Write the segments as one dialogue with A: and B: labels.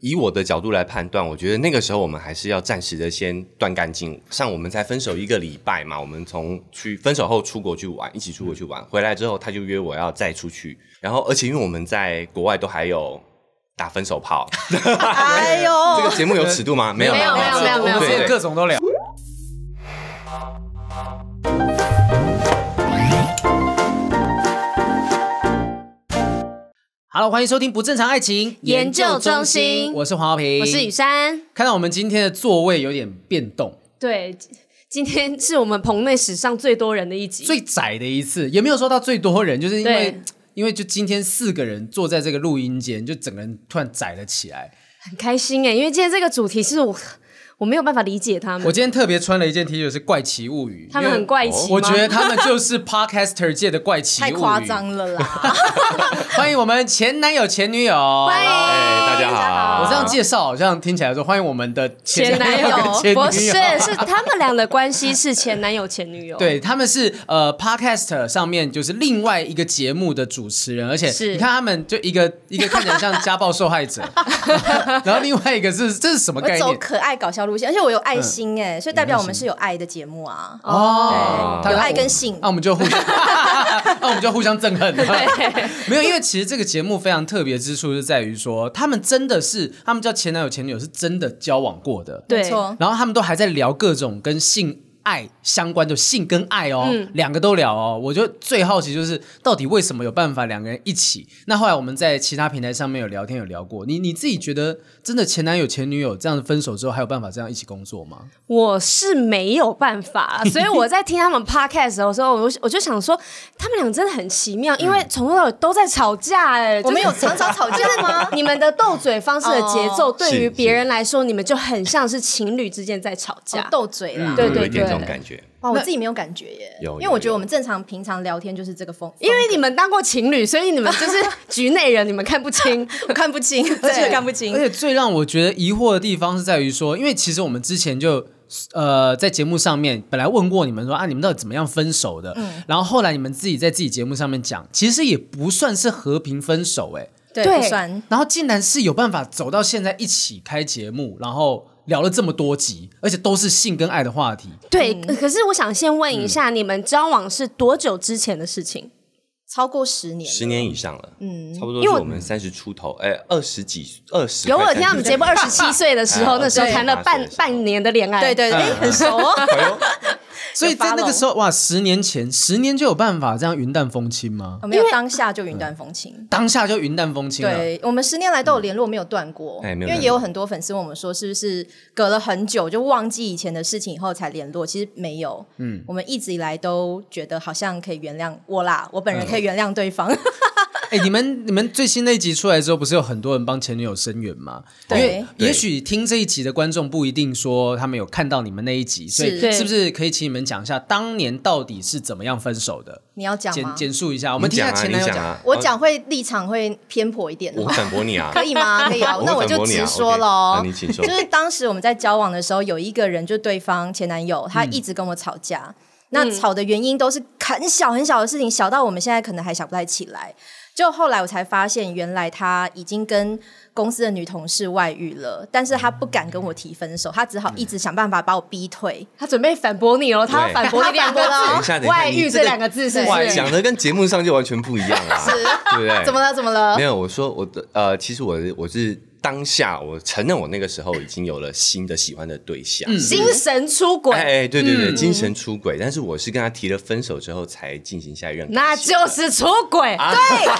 A: 以我的角度来判断，我觉得那个时候我们还是要暂时的先断干净。像我们才分手一个礼拜嘛，我们从去分手后出国去玩，一起出国去玩，回来之后他就约我要再出去，然后而且因为我们在国外都还有打分手 炮，
B: 哎呦，
A: 这个节目有尺度吗？没有
B: 没有
A: 啦
B: 哦没有没有没有
C: 我们之
A: 对
C: 前各种都聊。Hello，欢迎收听不正常爱情
B: 研究中心
C: 我是黄浩平，
B: 我是雨。珊。
C: 看到我们今天的座位有点变动，
B: 对，今天是我们棚内史上最多人的一集，
C: 最窄的一次，也没有说到最多人，就是因为
B: 对
C: 因为就今天四个人坐在这个录音间，就整个人突然窄了起来。
B: 很开心哎，因为今天这个主题是我我没有办法理解他
C: 我
B: 们，
C: 今天特别穿了一件 T 恤，是《怪奇物语》，
B: 他们很怪奇吗
C: 我觉得他们就是 Podcaster 界的怪奇物语。
D: 太夸！张了啦！
C: 欢迎我们前男友、前女友。
B: 欢迎
A: 哎，大家好，
C: 我这样介绍好像听起来说，欢迎我们的
B: 前男
C: 友跟前女
B: 友，不是
C: 友。
B: 是他们俩的关系是前男友前女友，，
C: 对，他们是呃，Podcast 上面就是另外一个节目的主持人，而且
B: 是
C: 你看他们就一个一个看起来像家暴受害者，然后另外一个是这是什么
D: 我
C: 概
D: 走
C: 念？
D: 可爱搞笑路线，而且我有爱心哎，所以代表我们是有爱的节目啊。
C: 哦，
A: 对
C: 他
D: 有爱跟性
C: 那我们就互相，那我们就互相憎恨。 没有，因为其实这个节目非常特别之处是在于说，他们真的是，他们叫前男友前女友是真的交往过的，
B: 对
D: 没错，
C: 然后他们都还在聊各种跟性爱相关的性跟爱哦，两个都聊哦。我就最好奇就是到底为什么有办法两个人一起？那后来我们在其他平台上面有聊天有聊过，你你自己觉得真的前男友前女友这样分手之后还有办法这样一起工作吗？
B: 我是没有办法，所以我在听他们 podcast 的时候，我我就想说，他们俩真的很奇妙，因为从头到尾都在吵架、哎、
D: 我们有
B: 就是
D: 常常吵架 吗？ 哦
B: 你们的斗嘴方式的节奏，对
A: 是
B: 于
A: 是
B: 别人来说，你们就很像是情侣之间在吵架。
D: 哦斗嘴啦，
B: 对对
A: 有一点
B: 对
A: 这种感觉，
D: 哇，我自嗯己没有感觉耶，
A: 有有
D: 因为我觉得我们正常平常聊天就是这个风，
B: 因为你们当过情侣，所以你们就是 局内人，你们看不清。
D: 我看不清， 而且看不清
C: 而，且最让我觉得疑惑的地方是在于说，因为其实我们之前就呃在节目上面本来问过你们说啊，你们到底怎么样分手的？然后后来你们自己在自己节目上面讲，其实也不算是和平分手哎、
D: 对
B: 对
D: 不算。
C: 然后竟然是有办法走到现在一起开节目，然后聊了这么多集，而且都是性跟爱的话题。
B: 对，可是我想先问一下，你们交往是多久之前的事情？
D: 超过十年，
A: 十年以上了，嗯，差不多
B: 因为
A: 是
B: 我
A: 我们三十出头，哎，二十几，二十，
B: 有我听他们节目二十七岁的时
A: 哎
B: 候，那时候谈了 半
A: 对
B: 半年的恋爱。
D: 对对对，哎很熟哦。
C: 所以在那个
D: follow
C: 时候，哇，十年前，十年就有办法这样云淡风轻吗？
D: 我们有当下就云淡风轻。
C: 当下就云淡风轻了。
D: 对我们十年来都有联络，没有断过，
A: 嗯哎
D: 因
A: 没有断过
D: 为也有很多粉丝问我们说，是不是隔了很久就忘记以前的事情以后才联络？其实没有，嗯，我们一直以来都觉得好像可以原谅我啦，我本人可以原谅对方，
C: 哎、你们你们最新那一集出来之后，不是有很多人帮前女友声援吗？
D: 对
C: 因为
A: 对
C: 也许听这一集的观众不一定说他们有看到你们那一集，所以
D: 对
C: 是不是可以请你们讲一下当年到底是怎么样分手的？
D: 你要讲
C: 简
D: 吗？
C: 简述一下，我
A: 我
C: 们听一下前男友
A: 讲
C: 讲。
A: 啊，
D: 我讲会立场会偏颇一点的
A: 我
D: 吗？
A: 反驳你啊，
D: 可 以吗？可以啊
A: 我，会
D: 那我
A: 反
D: 就
A: 驳你啊
D: 直说喽
A: OK，好。你请说
D: 就是当时我们在交往的时候，有一个人就对方前男友，他一直跟我吵架。
A: 嗯
D: 那吵的原因都是很小很小的事情，小到我们现在可能还想不太起来。就后来我才发现，原来他已经跟公司的女同事外遇了，但是他不敢跟我提分手，他只好一直想办法把我逼退。
B: 他准备反驳你哦，他要反驳你两个
D: 对 他
A: 嗯反驳了哦等一下等，一下
B: 字啊外遇
A: 你这
B: 这
A: 个
B: 两个字是不
D: 哇
B: 是？
A: 讲的跟节目上就完全不一样啊，对不对？
D: 怎么了？怎么了
A: 没？有，我说我的呃，其实我的我是当下，我承认我那个时候已经有了新的喜欢的对象，
D: 嗯
B: 精神出轨。
A: 哎哎，对对对，精神出轨，但是我是跟他提了分手之后才进行下一任
B: 那
A: 感情，哎
B: 就是出轨，
A: 啊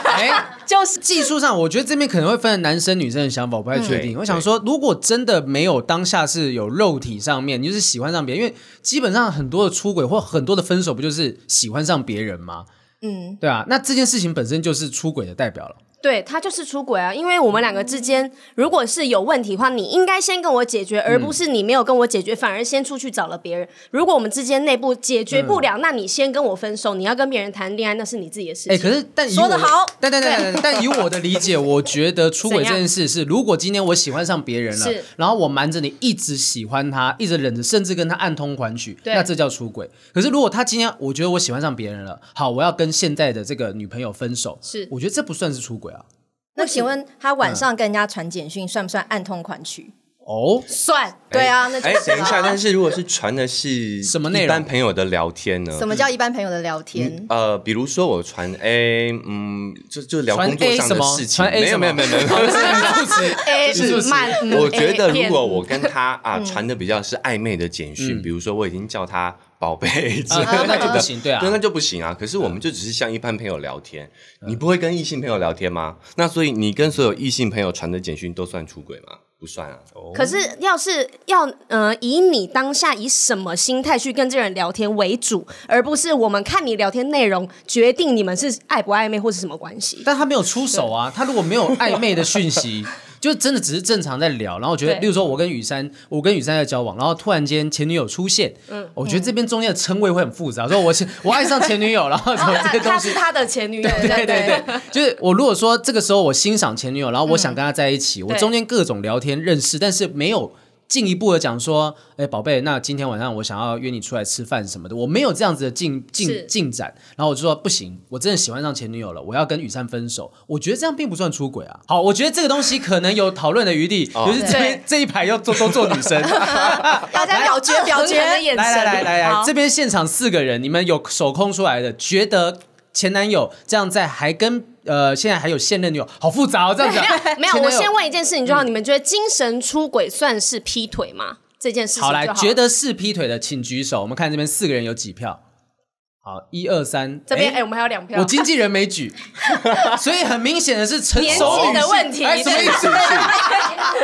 C: 哎、就是技术上，我觉得这边可能会分男生女生的想法，我不太确定。
A: 嗯
C: 我想说，如果真的没有当下是有肉体上面，你就是喜欢上别人，因为基本上很多的出轨或很多的分手，不就是喜欢上别人吗？嗯，对啊，那这件事情本身就是出轨的代表了。
B: 对他就是出轨啊！因为我们两个之间如果是有问题的话，你应该先跟我解决，
A: 嗯
B: 而不是你没有跟我解决，反而先出去找了别人。如果我们之间内部解决
A: 嗯
B: 不了，那你先跟我分手，你要跟别人谈恋爱，那是你自己的事
C: 哎、
B: 情。
C: 可是但以
D: 说得
C: 我
D: 好
C: 但但但但但以我的理 解，我觉得出轨
B: 怎
C: 这
B: 样
C: 件事是，如果今天我喜欢上别人了
B: 是，
C: 然后我瞒着你一直喜欢他，一直忍着，甚至跟他暗通款曲，
B: 对
C: 那这叫出轨。可是如果他今天我觉得我喜欢上别人了，好，我要跟现在的这个女朋友分手，
B: 是
C: 我觉得这不算是出轨啊。
D: 那请问他
A: 嗯
D: 晚上跟人家传简讯，算不算暗通款曲？
C: 哦，
D: 算，对啊，那就
A: 哎，
D: 是
A: 等一下，
D: 啊
A: 但是如果是传的是
C: 什么内容
A: 一般朋友的聊天呢？
D: 什么叫一般朋友的聊天？
A: 呃，比如说我传 A，嗯，就就聊
C: 传
A: 工作
C: A
A: 上
C: 什
A: 的
C: 么
A: 事情，
C: 传 A
A: 没有
C: 什
A: 没有
C: 么
A: 没有没有，
C: 哦 不止
B: 哎
C: 是不是
B: 慢，嗯
A: 我觉得
B: 哎
A: 如
B: 骗嗯
A: 果我跟他啊传的比较是暧昧的简讯，比如说我已经叫他宝贝之类
C: 嗯啊
A: 的，
C: 那就不行对啊
A: 那就不行啊。可是我们就只是像一般朋友聊天，
C: 嗯
A: 你不会跟异性朋友聊天吗？那所以你跟所有异性朋友传的简讯都算出轨吗？不算啊。
B: 可是，要是要呃，以你当下以什么心态去跟这个人聊天为主，而不是我们看你聊天内容决定你们是暧不暧昧或是什么关系。
C: 但他没有出手啊，他如果没有暧昧的讯息，就真的只是正常在聊。然后我觉得，
B: 对
C: 例如说我跟雨珊，我跟雨珊在交往，然后突然间前女友出现，我觉得这边中间的称谓会很复杂，说我前 我爱上前女友，然后什
D: 哦
C: 么这些东西。
B: 他的前女友，
C: 对对对， 就是我如果说这个时候我欣赏前女友，然后我想跟她在一起，我
B: 对
C: 中间各种聊天认识，但是没有进一步的讲说，哎，宝贝，那今天晚上我想要约你出来吃饭什么的，我没有这样子的进
B: 是
C: 进进展，然后我就说不行，我真的喜欢上前女友了，我要跟雨珊分手，我觉得这样并不算出轨啊。好，我觉得这个东西可能有讨论的余地，尤其是这边
B: 对
C: 这一排要做都做女生。
B: 哦
D: 大家表决表决，
B: 的眼神，
C: 来来来来来
B: 好，
C: 这边现场四个人，你们有手空出来的，觉得前男友这样在还跟呃现在还有现任女友，好复杂哦，这样讲。
B: 没有，
C: 前
B: 我
C: 男友嗯
B: 先。问一件事情就好，你们觉得精神出轨算是劈腿吗？这件事情
C: 好
B: 就
C: 来，
B: 好
C: 觉得是劈腿的请举手，我们看这边四个人有几票。好，一二三，
B: 这边哎、
C: 诶
B: 我们还有两票，
C: 我经纪人没举，所以很明显的是成熟
B: 年纪
C: 女
B: 的
C: 性
B: 问题
C: 哎，什么意思
B: 对？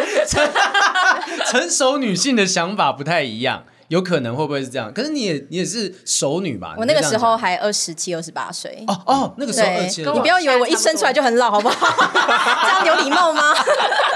C: 成熟女性的想法不太一样，有可能会不会是这样？可是你也你也是熟女吧？
D: 我那个
C: 你就这
D: 时
C: 样讲
D: 候还二十七、二十八岁。
C: 哦哦，那个时候二
D: 对，
C: 七，
B: 跟我
D: 你不要以为我一生出来就很老，好不 好？这样有礼貌吗？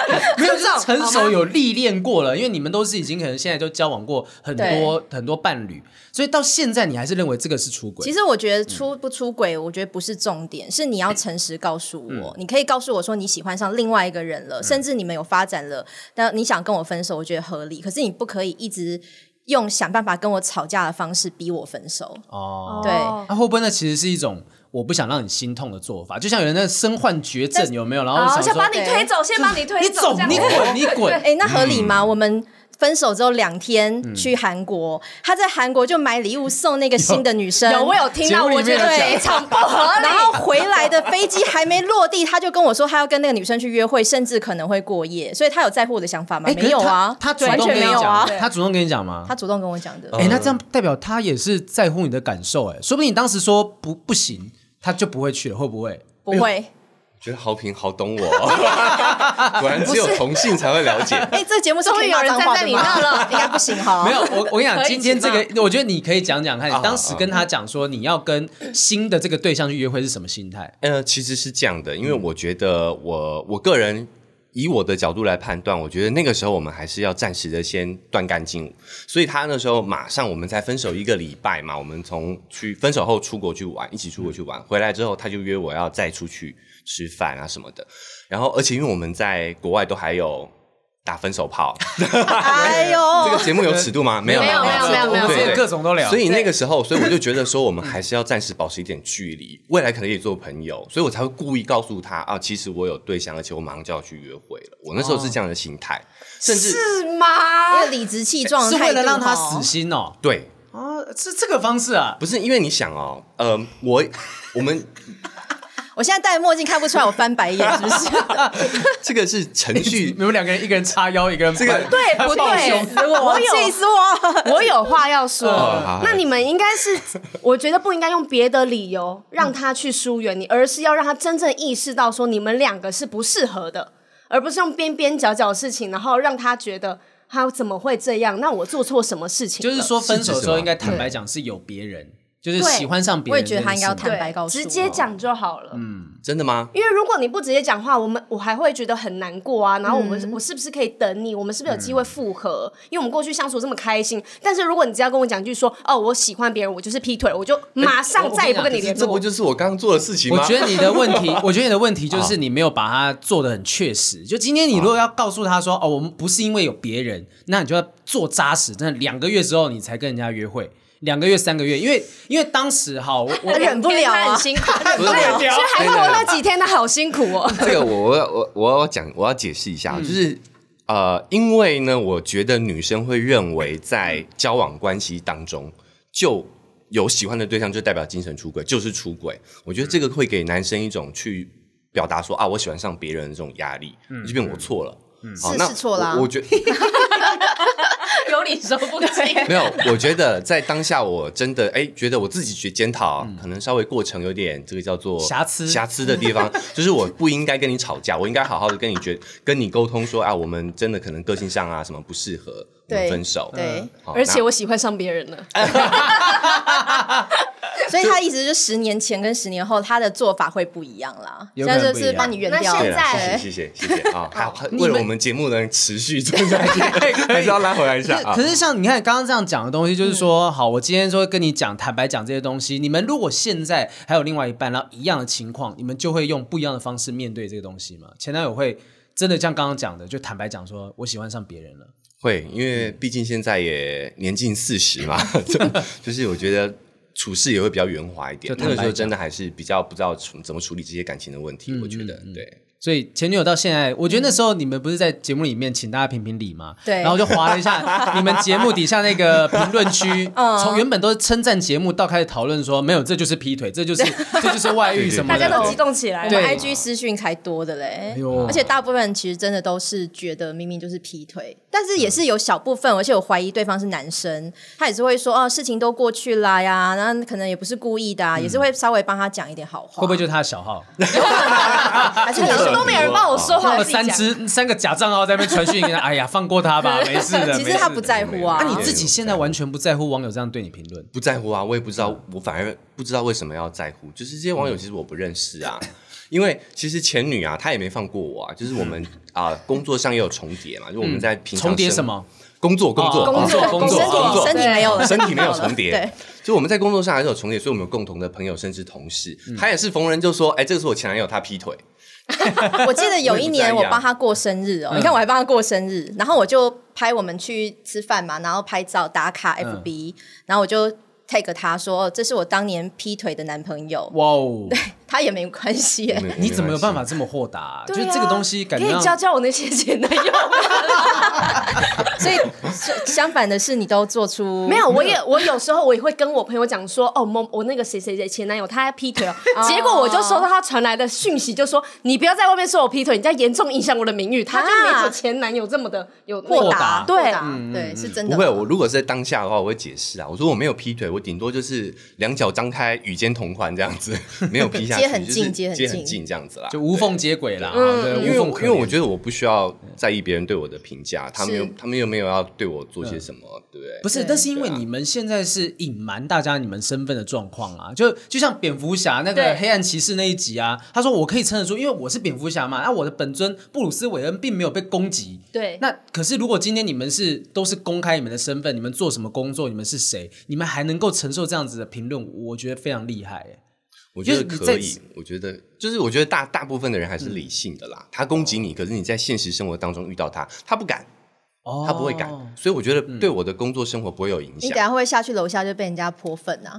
C: 没有，就是成熟有历练过了，因为你们都是已经可能现在就交往过很多很多伴侣，所以到现在你还是认为这个是出轨。
D: 其实我觉得出不出轨，我觉得不是重点，是你要诚实告诉我，你可以告诉我说你喜欢上另外一个人了，甚至你们有发展了，但你想跟我分手，我觉得合理。可是你不可以一直用想办法跟我吵架的方式逼我分手。
C: 哦，
D: 对
B: 哦
C: 那会不会那其实是一种我不想让你心痛的做法？就像有人在身患绝症，有没有？然后
B: 好，
C: 想
B: 先把
C: 说哎
B: 你推走，先把你推
C: 你
B: 走，
C: 走
B: 这，样
C: 你
B: 子
C: 滚，你滚。
D: 哎、那合理吗？
C: 嗯
D: 我们。分手之后两天去韩国，他在韩国就买礼物送那个新的女生。
B: 有我有听到，
C: 节目
B: 我
C: 里面
B: 觉得
D: 有讲
B: 非常不合理。
D: 然后回来的飞机还没落地，他就跟我说他要跟那个女生去约会，甚至可能会过夜。所以他有在乎我的想法吗？
C: 哎，可
D: 没
C: 是
D: 有啊，
C: 他他主
D: 完
C: 动
D: 全
C: 跟
D: 没
C: 你
D: 有啊
C: 讲，。他主动跟你讲吗？
D: 他主动跟我讲的，
C: 哎，那这样代表他也是在乎你的感受，哎，说不定你当时说不不行，他就不会去了，会不会？
D: 不会。
A: 觉得好评好懂我哦， 果然只有同性才会了解。
D: 哎，这节目是
B: 终
D: 可
B: 于
D: 以
B: 有
D: 骂
B: 人
D: 脏
B: 站
D: 话
B: 在
D: 的
B: 你
D: 吗？
B: 那了，
D: 应该不行哈。
C: 没有，我我跟你讲，
B: 可以
C: 今天这
B: 请
C: 个，我觉得你可以讲讲看，
A: 啊
C: 你当时跟他讲说你要跟新的这个对象去约会是什么心态？
A: 呃，其实是这样的，因为我觉得我我个人以我的角度来判断，我觉得那个时候我们还是要暂时的先断干净，所以他那时候马上我们才分手一个礼拜嘛，我们从去分手后出国去玩，一起出国去玩，回来之后他就约我要再出去吃饭啊什么的，然后而且因为我们在国外都还有打分手炮，
D: 哎呦，
A: 这个节 目有尺度吗？没有
B: 没有没有没有没有
C: 我们之
A: 对
C: 前
A: 对
C: 各种都聊，
A: 所以那个时候，所以我就觉得说，我们还是要暂时保持一点距离，未来可能也做朋友，所以我才会故意告诉他啊，其实我有对象，而且我马上就要去约会了。我那时候是这样的心态，甚至
B: 是吗
D: 一？个理直气壮
C: 是
D: 的态度，啊
C: 为了让他
D: 哈
C: 死。心哦，
A: 对，
C: 啊，是这个方式啊，
A: 不是因为你想哦，呃，我我们
D: 我现在戴墨镜看不出来，我翻白眼是不是？
A: 这个是程序
C: 你们两个人一个人叉腰，一个人这
A: 个
B: 对 不
C: 抱
B: 对
C: 胸？
B: 我
D: 气
B: 有
D: 死我！
B: 我有话要说
A: 哦好。
B: 那你们应该是，我觉得不应该用别的理由让他去疏远你，而是要让他真正意识到说你们两个是不适合的，而不是用边边角角的事情，然后让他觉得他怎么会这样？那我做错什么事情
C: 就
B: 了？
C: 是说分手
A: 是
C: 的时候
A: 指什么
C: 应该坦白讲是有别人，就是喜欢上别人，
D: 我也觉得他应该要
C: 这件事
D: 坦白告
B: 对，
D: 诉我，
B: 直接讲就好了。
C: 嗯
A: 真的吗？
B: 因为如果你不直接讲话，我们我还会觉得很难过啊。然后我们、
C: 嗯
B: 我是不是可以等你？我们是不是有机会复合？因为我们过去相处这么开心，但是如果你只要跟我讲一句说哦我喜欢别人，我就是劈腿了，我就马
C: 哎
B: 上再也不跟你联
A: 这不
B: 络。
A: 就是我刚刚做的事情
C: 我
A: 吗？
C: 觉得你的问 题，我觉得你的问题就是你没有把它做的很确实。就今天你如果要告诉他说，哦，我们不是因为有别人，那你就要做扎实。真的两个月之后你才跟人家约会，两个月、三个月，因为因为当时 好，我我
D: 他忍不了
B: 他
D: 啊
B: 很辛苦，他忍不
C: 不是
B: 了，
C: 不
B: 所以
C: 是
B: 韩国那几天他好辛苦哦。
A: 这个我我要我我要讲，我要解释一下，就是呃，因为呢，我觉得女生会认为在交往关系当中就有喜欢的对象，就代表精神出轨，就是出轨。我觉得这个会给男生一种去表达说啊，我喜欢上别人的这种压力，即便我错了。好
D: 是
A: 那
D: 是错啦啊
A: 我我觉得
B: 有理说不清。
A: 没有，我觉得在当下，我真的哎，觉得我自己去检讨，可能稍微过程有点这个叫做
C: 嗯瑕疵
A: 瑕疵的地 方，就是我不应该跟你吵架，我应该好好的跟你觉跟你沟通说啊，我们真的可能个性上啊什么不适合，我们
D: 对
A: 分手。
D: 对，
A: 好，
B: 而且
A: 那
B: 我喜欢上别人了，
C: 哦
D: 所以他意思就是十年前跟十年后他的做法会不一样啦，
C: 有
D: 现
C: 可
D: 在
C: 能不一样
D: 就是帮你圆掉
B: 那
A: 对
B: 现
A: 了
B: 在
A: 谢谢谢谢谢谢啊， 还还为了我们节目能持续做下去，还是要拉回来一 下啊
C: 可。是像你看刚刚这样讲的东西，
D: 嗯
C: 就是说，好，我今天说跟你讲，坦白讲这些东西，你们如果现在还有另外一半，然后一样的情况，你们就会用不一样的方式面对这个东西嘛？前男友会真的像刚刚讲的，就坦白讲说，我喜欢上别人了，
A: 会，因为
C: 嗯
A: 毕竟现在也年近四十 嘛，就就是我觉得处事也会比较圆滑一点
C: 就。坦
A: 那
C: 白
A: 个时候真的还是比较不知道处怎么处理这些感情的问题，我觉
C: 嗯
A: 得对。
C: 所以前女友到现在，我觉得那时候你们不是在节目里面请大家评评理吗？
D: 对
C: 然后我就划了一下 你们节目底下那个评论区，
D: 嗯
C: 从原本都是称赞节目，到开始讨论说没有，这就是劈腿，这就是这就是外遇什么
B: 大
C: 的，
B: 家都激动起来
D: 我
B: 了。
D: 们
C: 哦对
D: IG 私讯才多的嘞
C: 哎呦，
D: 而且大部分人其实真的都是觉得明明就是劈腿，但
C: 嗯
D: 是也是有小部分，而且我怀疑对方是男生，他也是会说哦，事情都过去啦呀，然后可能也不是故意的啊，也是会稍微帮他讲一点好话，
C: 嗯会不会就是他的小号？
D: 还是
B: 可
D: 我
B: 是都没有人帮我说话，
C: 放
B: 我
C: 了
B: 自己
C: 三
B: 讲。
C: 只三个假账号在那边传讯给他，哎呀，放过他吧，没事的。
D: 其
C: 没
D: 实
C: 事
D: 他
C: 的
D: 不在乎啊，
A: 那
C: 那你自己
A: 对
C: 现在完全不在乎网友这样对你评论，
A: 不在乎啊，我也不知
C: 嗯
A: 道，我反而不知道为什么要在乎。就是这些网友其实我不认识啊，因为其实前女啊，她也没放过我啊。就是我们啊、工作上也有重叠嘛，就我们在平常
C: 嗯重叠
A: 生
C: 什么？
A: 工作工作
C: 哦工作工作
D: 身
C: 工
D: 体
C: 作
D: 身体没有了，
A: 身体没有重叠
D: 对，
A: 就我们在工作上还是有重叠，所以我们有共同的朋友甚至同事，
C: 嗯
A: 他也是逢人就说，哎、这个是我前男友，他劈腿，
D: 我记得有一年我帮他过生日哦，你看我还帮他过生日，然后我就拍我们去吃饭嘛，然后拍照打卡
C: 嗯
D: FB，、然后我就 tag 他说哦这是我当年劈腿的男朋友，
C: 哇哦！
D: 他也没关系耶
A: 我。没
C: 哎你怎么有办？
A: 我没关
C: 法
A: 系
C: 这么豁达啊？就
B: 对啊
C: 是这个东西感觉
B: 可以
C: 让
B: 教教我那些前男友吗？
D: 所以所相反的是，你都做出
B: 没有，我也我有时候我也会跟我朋友讲说，哦，某我那个谁谁谁前男友他劈腿 了，结果我就收到他传来的讯息，就说你不要在外面说我劈腿，你在严重影响我的名誉。他就没有前男友这么的有那个
D: 豁
C: 达
D: 达，
B: 对
D: 豁达对，是真的。
A: 不会，我如果是在当下的话，我会解释啊。我说我没有劈腿，我顶多就是两脚张开，与肩同宽这样子， 没有劈下去，
D: 接很近
A: 就是
D: 接很
A: 接
D: 近
A: 很近这样子啦。
C: 就无缝接轨啦，
A: 对
C: 对，
A: 因为我
C: 无缝可
A: 因为我
C: 怜
A: 觉得我不需要在意别人对我的评价，他们又
D: 是
A: 他们又没有要对我做
C: 嗯
A: 些什么，对不对？啊
C: 不是，
D: 对
C: 但是因为你们现在是隐瞒大家你们身份的状况啊，就就像蝙蝠侠那个
B: 对
C: 黑暗骑士那一集啊，他说我可以撑得住，因为我是蝙蝠侠嘛，那、我的本尊布鲁斯韦恩并没有被攻击。
B: 对
C: 那可是如果今天你们是都是公开你们的身份，你们做什么工作，你们是谁，你们还能够承受这样子的评论，我觉得非常厉害欸耶。
A: 我觉得
C: 就是你
A: 可
C: 在嗯
A: 以，我觉得就是我觉得大大部分的人还是理性的啦。他攻击你，可是你在现实生活当中遇到他，他不敢，
C: 哦嗯
A: 他不会敢，所以我觉得对我的工作生活不会有影
D: 你
A: 响
D: 等。下会不会下去楼下就被人家泼粪啊！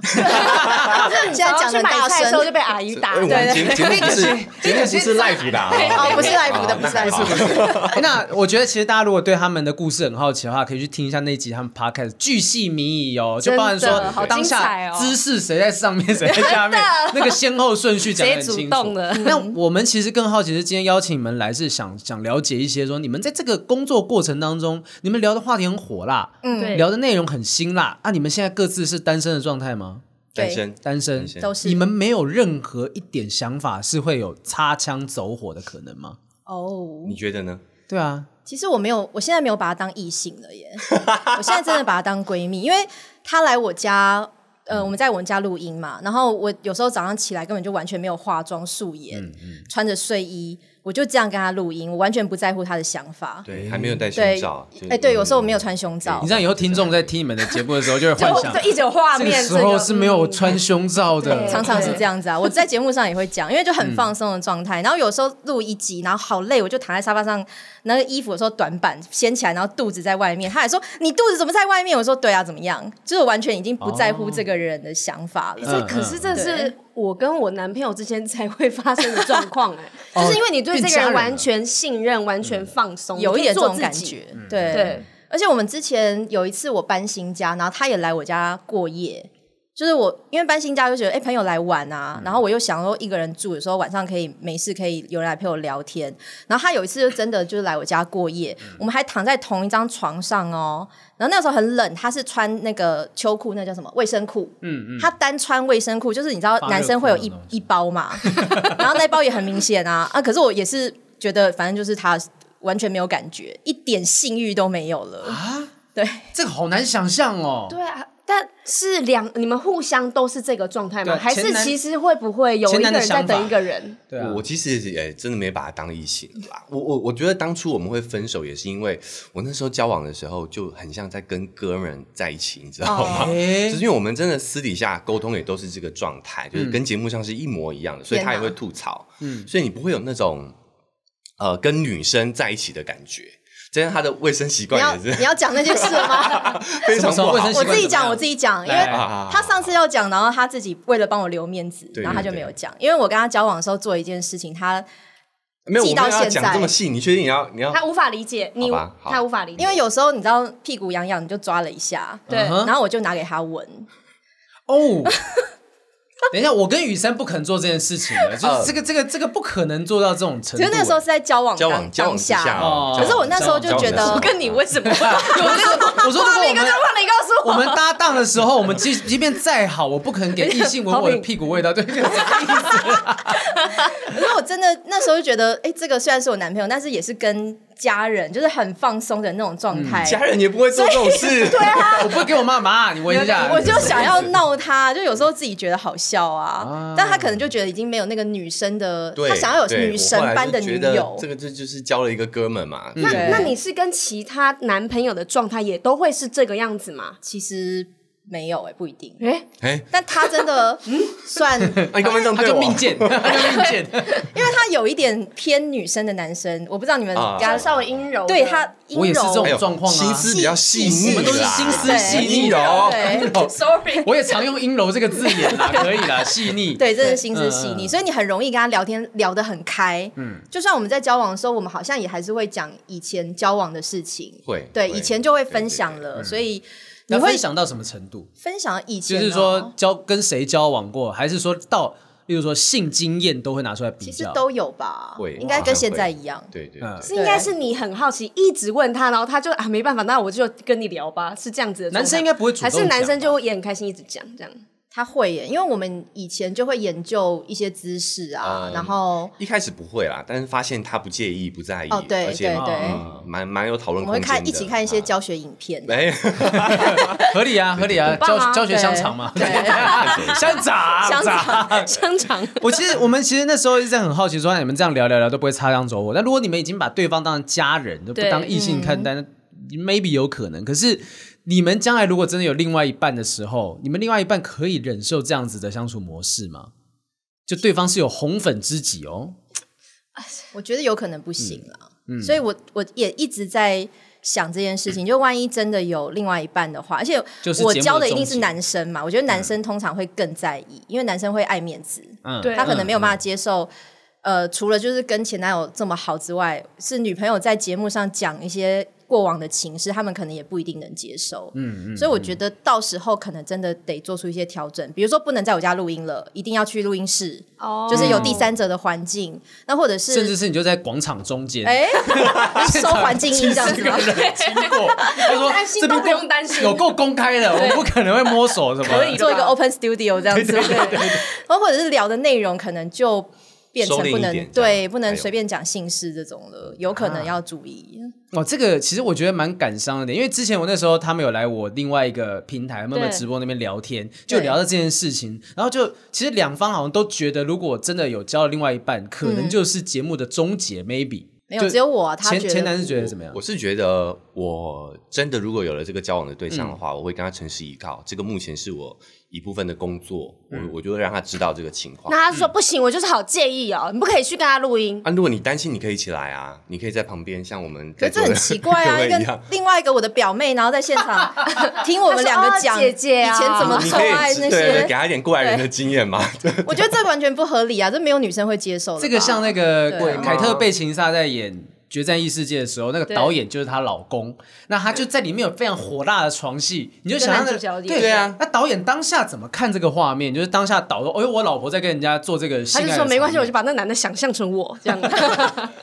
D: 现在
B: 然后
D: 讲
B: 去
D: 的
B: 买
D: 大
B: 菜的时候就
D: 声，
B: 被阿姨打，
A: 哎我
B: 对
A: 们节目节目不是节目不是 live 的啊，
D: 哦，不是来福的，
A: 哦
D: 不
A: 那
D: 是来福
A: 还好
D: 的，
C: 那我觉得其实大家如果对他们的故事很好奇的话，可以去听一下那一集他们 podcast 巨细靡遗哦，就包含
B: 真的
C: 说
B: 好
C: 当
B: 精彩
C: 下
B: 哦
C: 姿势谁在上面谁在下面， 那个先后顺序讲得很
B: 谁
C: 清
B: 主
C: 楚
B: 动的。
C: 那我们其实更好奇是今天邀请你们来是想想了解一些说你们在这个工作过程当中，你们聊的话题很火辣，
B: 对
C: 聊的内容很辛辣啊，你们现在各自是单身的状态吗？
A: 单身
C: 单身
A: 单身
D: 都是
C: 你们没有任何一点想法是会有擦枪走火的可能吗？
D: 哦。
A: 你觉得呢？
C: 对啊，
D: 其实我没有，我现在没有把她当异性了耶， 我现在真的把她当闺蜜，因为她来我家，呃，我们在我们家录
A: 嗯
D: 音嘛，然后我有时候早上起来根本就完全没有化妆、素颜，穿着睡衣，我就这样跟他录音，我完全不在乎他的想法。
A: 对，还没有戴胸
D: 对
A: 罩，就，是
D: 哎，对，有时候我
A: 嗯
D: 没有穿胸罩
C: 你，这样以后听众在听你们的节目的时候，就会幻
D: 就
C: 想
D: 就一直有画
C: 这个
D: 面，
C: 时候是没有
D: 嗯
C: 穿胸罩的，
B: 对
D: 常常是这样子啊，我在节目上也会讲，因为就很放松的状态。然后有时候录一集，然后好累，我就躺在沙发上，那个衣服有时候短版掀起来，然后肚子在外面。他还说你肚子怎么在外面？我说对啊，怎么样？就是完全已经不在乎这个人的想法了。
C: 嗯
B: 这可是这是我跟我男朋友之间才会发生的状况
C: 哦
B: 哎、就是因为你对这个人完全信任、完全放松，
D: 有一点
B: 你
D: 这
B: 可以做
D: 种感
B: 自己。
D: 觉，对。
B: 对，
D: 而且我们之前有一次我搬新家，然后他也来我家过夜。就是我因为搬新家就觉得，哎、朋友来玩
C: 嗯
D: 啊，然后我又想说一个人住，有时候晚上可以没事可以有人来陪我聊天。然后他有一次就真的就是来我家过夜，
C: 嗯
D: 我们还躺在同一张床上哦。然后那时候很冷，他是穿那个秋裤，那叫什么卫生裤？
C: 嗯嗯，
D: 他单穿卫生裤，就是你知道
C: 发热
D: 男生会有一
C: 裤那种
D: 一包 嘛，然后那包也很明显啊啊！可是我也是觉得，反正就是他完全没有感觉，一点性欲都没有了。
C: 啊，
D: 对，
C: 这个好难想象哦。
B: 对啊，但是两你们互相都是这个状态吗？
C: 对
B: 还是
C: 前男
B: 其实会不会有一个人在等一个人？
C: 对啊
A: 我我其实也真的没把他当异性啦。我我我觉得当初我们会分手，也是因为我那时候交往的时候就很像在跟哥们在一起，你知道
D: 哦
A: 吗？
C: 哎
A: 就是因为我们真的私底下沟通也都是这个状态，
D: 嗯
A: 就是跟节目上是一模一样的，所以他也会吐槽。嗯，所以你不会有那种呃跟女生在一起的感觉。这样他的卫生习
D: 你要
A: 惯也
D: 你
A: 是
D: 要讲那件事了 吗？
A: 非常
C: 什
A: 不
C: 么卫生
A: 好
C: 习。
D: 我
C: 惯
D: 自己
C: 怎么
D: 讲，
C: 样
D: 我自己讲，因
C: 来
D: 为
A: 啊啊啊
D: 他上次要讲，然后他自己为了帮我留面子，
A: 对
D: 然后他就
A: 对
D: 没有
A: 对嗯
D: 讲。因为我跟他交往的时候做一件事情，他
A: 没有，我
D: 记到
A: 们要
D: 现
A: 讲这么
D: 在
A: 细，你确定你要你
C: 哦
A: 要
B: 他无法理解你
A: 好吧，好
B: 他无法理解，
D: 因为有时候你知道屁股痒痒，你就抓了一下，
B: 对
C: 嗯哼
D: 然后我就拿给他闻，
C: 哦。等一下，我跟雨珊不可能做这件事情的，就是这个、这个、这个不可能做到这种
D: 哦其
C: 程度。
D: 实那
B: 欸
D: 时候是在交往
A: 交
D: 当
A: 往交往
D: 当
A: 之下
D: 下。
A: 哦交往
C: 哦，
D: 可是我那时候就
A: 交往
D: 觉
A: 之下
D: 得，
B: 我跟你为什 么？
C: 对啊我说，我说，
B: 画
C: 如
B: 面
C: 果
B: 跟
C: 我们
B: 画面告 诉
C: 我们搭档的时候，我们即即便再好，我不可能给异性闻我的屁股味道，对，就是这个意 思。
D: 可是我真的那时候就觉得，哎，这个虽然是我男朋友，但是也是跟家人，就是很放松的那种状态。
B: 嗯
A: 家人也不会做这种 事。对
D: 啊
C: 我不会给我妈妈，你闻一下。
D: 我就想要闹他，就有时候自己觉得好笑啊
C: 啊，
D: 但他可能就觉得已经没有那个女生的，
A: 对，
D: 他想要有
A: 对
D: 女神般的
A: 我后来就
D: 女
A: 觉得
D: 友嗯
A: 这。个这就是交了一个哥们嘛。
B: 那
D: 对
B: 那你是跟其他男朋友的状态也都会是这个样子吗？
D: 其实没有哎，不一定。
B: 哎、
A: 哎，
D: 但他真的嗯算，因
A: 那你干嘛这样
C: 他
A: 对
C: 就
A: 我？
C: 命贱，他就命贱。
D: 为他有一点偏女生的男生，我不知道你们
A: 啊
D: 跟他
B: 稍微阴柔的，
D: 对他阴
C: 我也是这
D: 柔
C: 种，状况啊
A: 哎心思比较细腻啦，哦
D: 我们
C: 都是心思细腻
A: 阴柔。
D: 对
B: ，sorry，
C: 我也常用“阴柔”这个字眼 啦，可以啦，细腻。
D: 对，真的心思细
C: 嗯嗯
D: 腻，
C: 嗯
D: 所以你很容易跟他聊天聊得很开。嗯
C: 嗯，
D: 就算我们在交往的时候，我们好像也还是会讲以前交往的事情。
A: 会
D: 对，
A: 会
D: 以前就会分享了，所以你
C: 你
D: 会
C: 会想到什么程度？
D: 分享以前
C: 就
D: 哦、
C: 是说交跟谁交往过，还是说到，例如说性经验都会拿出来比
D: 其实
C: 较？
D: 都有吧
A: 会，
D: 应该跟现在一样。
A: 对对
C: 嗯
A: 对
B: 是应该是你很好奇，一直问他，然后他就啊没办法，那我就跟你聊吧，是这样子的状态。
C: 男生应该不会主动
B: 还是男
C: 讲
B: 生
C: 吧
B: 就会也很开心，一直讲这样。
D: 他会耶，因为我们以前就会研究一些姿势啊，
A: 嗯
D: 然后
A: 一开始不会啦，但是发现他不介意，不在意，
D: 哦对
A: 而且
D: 对
C: 对
A: 嗯蛮蛮有讨
D: 我
A: 论
D: 们
A: 空
D: 会
A: 间的。啊哎
D: 看一起看一
C: 啊
D: 些教学影片。
A: 没
C: 合理啊，合理啊，
B: 棒啊
C: 教教学香肠 嘛，
D: 对
C: 香肠，
D: 香肠。
B: 香肠，
C: 我其实我们其实那时候一直很好奇，说你们这样聊聊聊都不会擦枪走火。但如果你们已经把对方当家人，就不
B: 对嗯
C: 当异性看待、那 m a y b e 有可能。可是你们将来如果真的有另外一半的时候，你们另外一半可以忍受这样子的相处模式吗？就对方是有红粉知己哦，
D: 我觉得有可能不行
C: 嗯
D: 了，所以我我也一直在想这件事情，就万一真的有另外一半的话，而且
C: 就是
D: 我
C: 节目的
D: 教的一定
C: 宗
D: 是
C: 旨
D: 男生嘛，我觉得男生通常会更在意，因为男生会爱面子，
C: 嗯，
B: 对
D: 他可能没有办
C: 法。
D: 法接受。呃，除了就是跟前男友这么好之外，是女朋友在节目上讲一些过往的情事，他们可能也不一定能接受。嗯嗯，所以我觉得到时候可能真的得做出一些调整，比如说不能在我家录音了，一定要去录音室，
B: 哦
D: 就是有第三者的环境。那或者
C: 甚至是你就在广场中间，
D: 哎，收环境音这样子 吗？
C: 经过，他说
B: 担心
C: 哦这边
B: 都不用担心
C: 有够公开的，我们不可能会摸手什么的，
B: 可以的
D: 做一个 open studio 这样子，
B: 对，
D: 然后或者是聊的内容可能就。变成
A: 收敛一
D: 不
A: 点
D: 能
A: 这样
D: 对不
A: 哎
D: 能
A: 呦
D: 随便讲姓氏这种了，有可能要注意。
C: 哦，这个其实我觉得蛮感伤的，因为之前我那时候他们有来我另外一个平台慢慢
B: 对
C: 直播那边聊天，就聊到这件事情，然后就其实两方好像都觉得，如果真的有交了另外一半，可
B: 嗯
C: 能就是节目的终结、m a y b e
D: 没有，只有我啊，他
C: 前
D: 觉
C: 前
D: 得
C: 男是觉得怎么样
A: 我？是觉得，我真的如果有了这个交往的对象
C: 嗯
A: 的话，我会跟他诚实依靠。这个目前是我一部分的工作，
C: 嗯
A: 我我就会让他知道这个情况。
B: 那他 说不行，我就是好介意哦，你不可以去跟他录音。
A: 啊，如果你担心，你可以一起来啊，你可以在旁边，像我们在
D: 可是这
A: 座的
D: 很奇怪啊，
A: 各位
D: 一
A: 一
D: 个
A: 样。
D: 另外一个我的表妹，然后在现场 听我们两个
B: 她
D: 讲
B: 说哦姐姐啊
D: 以前 怎么
A: 你
D: 做
A: 可
D: 爱
A: 以
D: 那
A: 对对，给
D: 些，
A: 他一点过来人的经验嘛。对
D: 我觉得这完全不合理啊，这没有女生会接受的吧。
C: 这个像那个
D: 对啊
C: 凯特·贝琴莎在演《决战异世界》的时候，那个导演就是她老公，那她就在里面有非常火辣的床戏，你就想象
B: 跟男
C: 那
B: 主角一样
C: 对
B: 对
A: 啊
C: 那导演当下怎么看这个画面？就是当下导说：“哎呦，我老婆在跟人家做这个性爱
B: 他就
C: 的
B: 说没关系，
C: 场
B: 我
C: 面
B: 就把那男的想象成我 这样。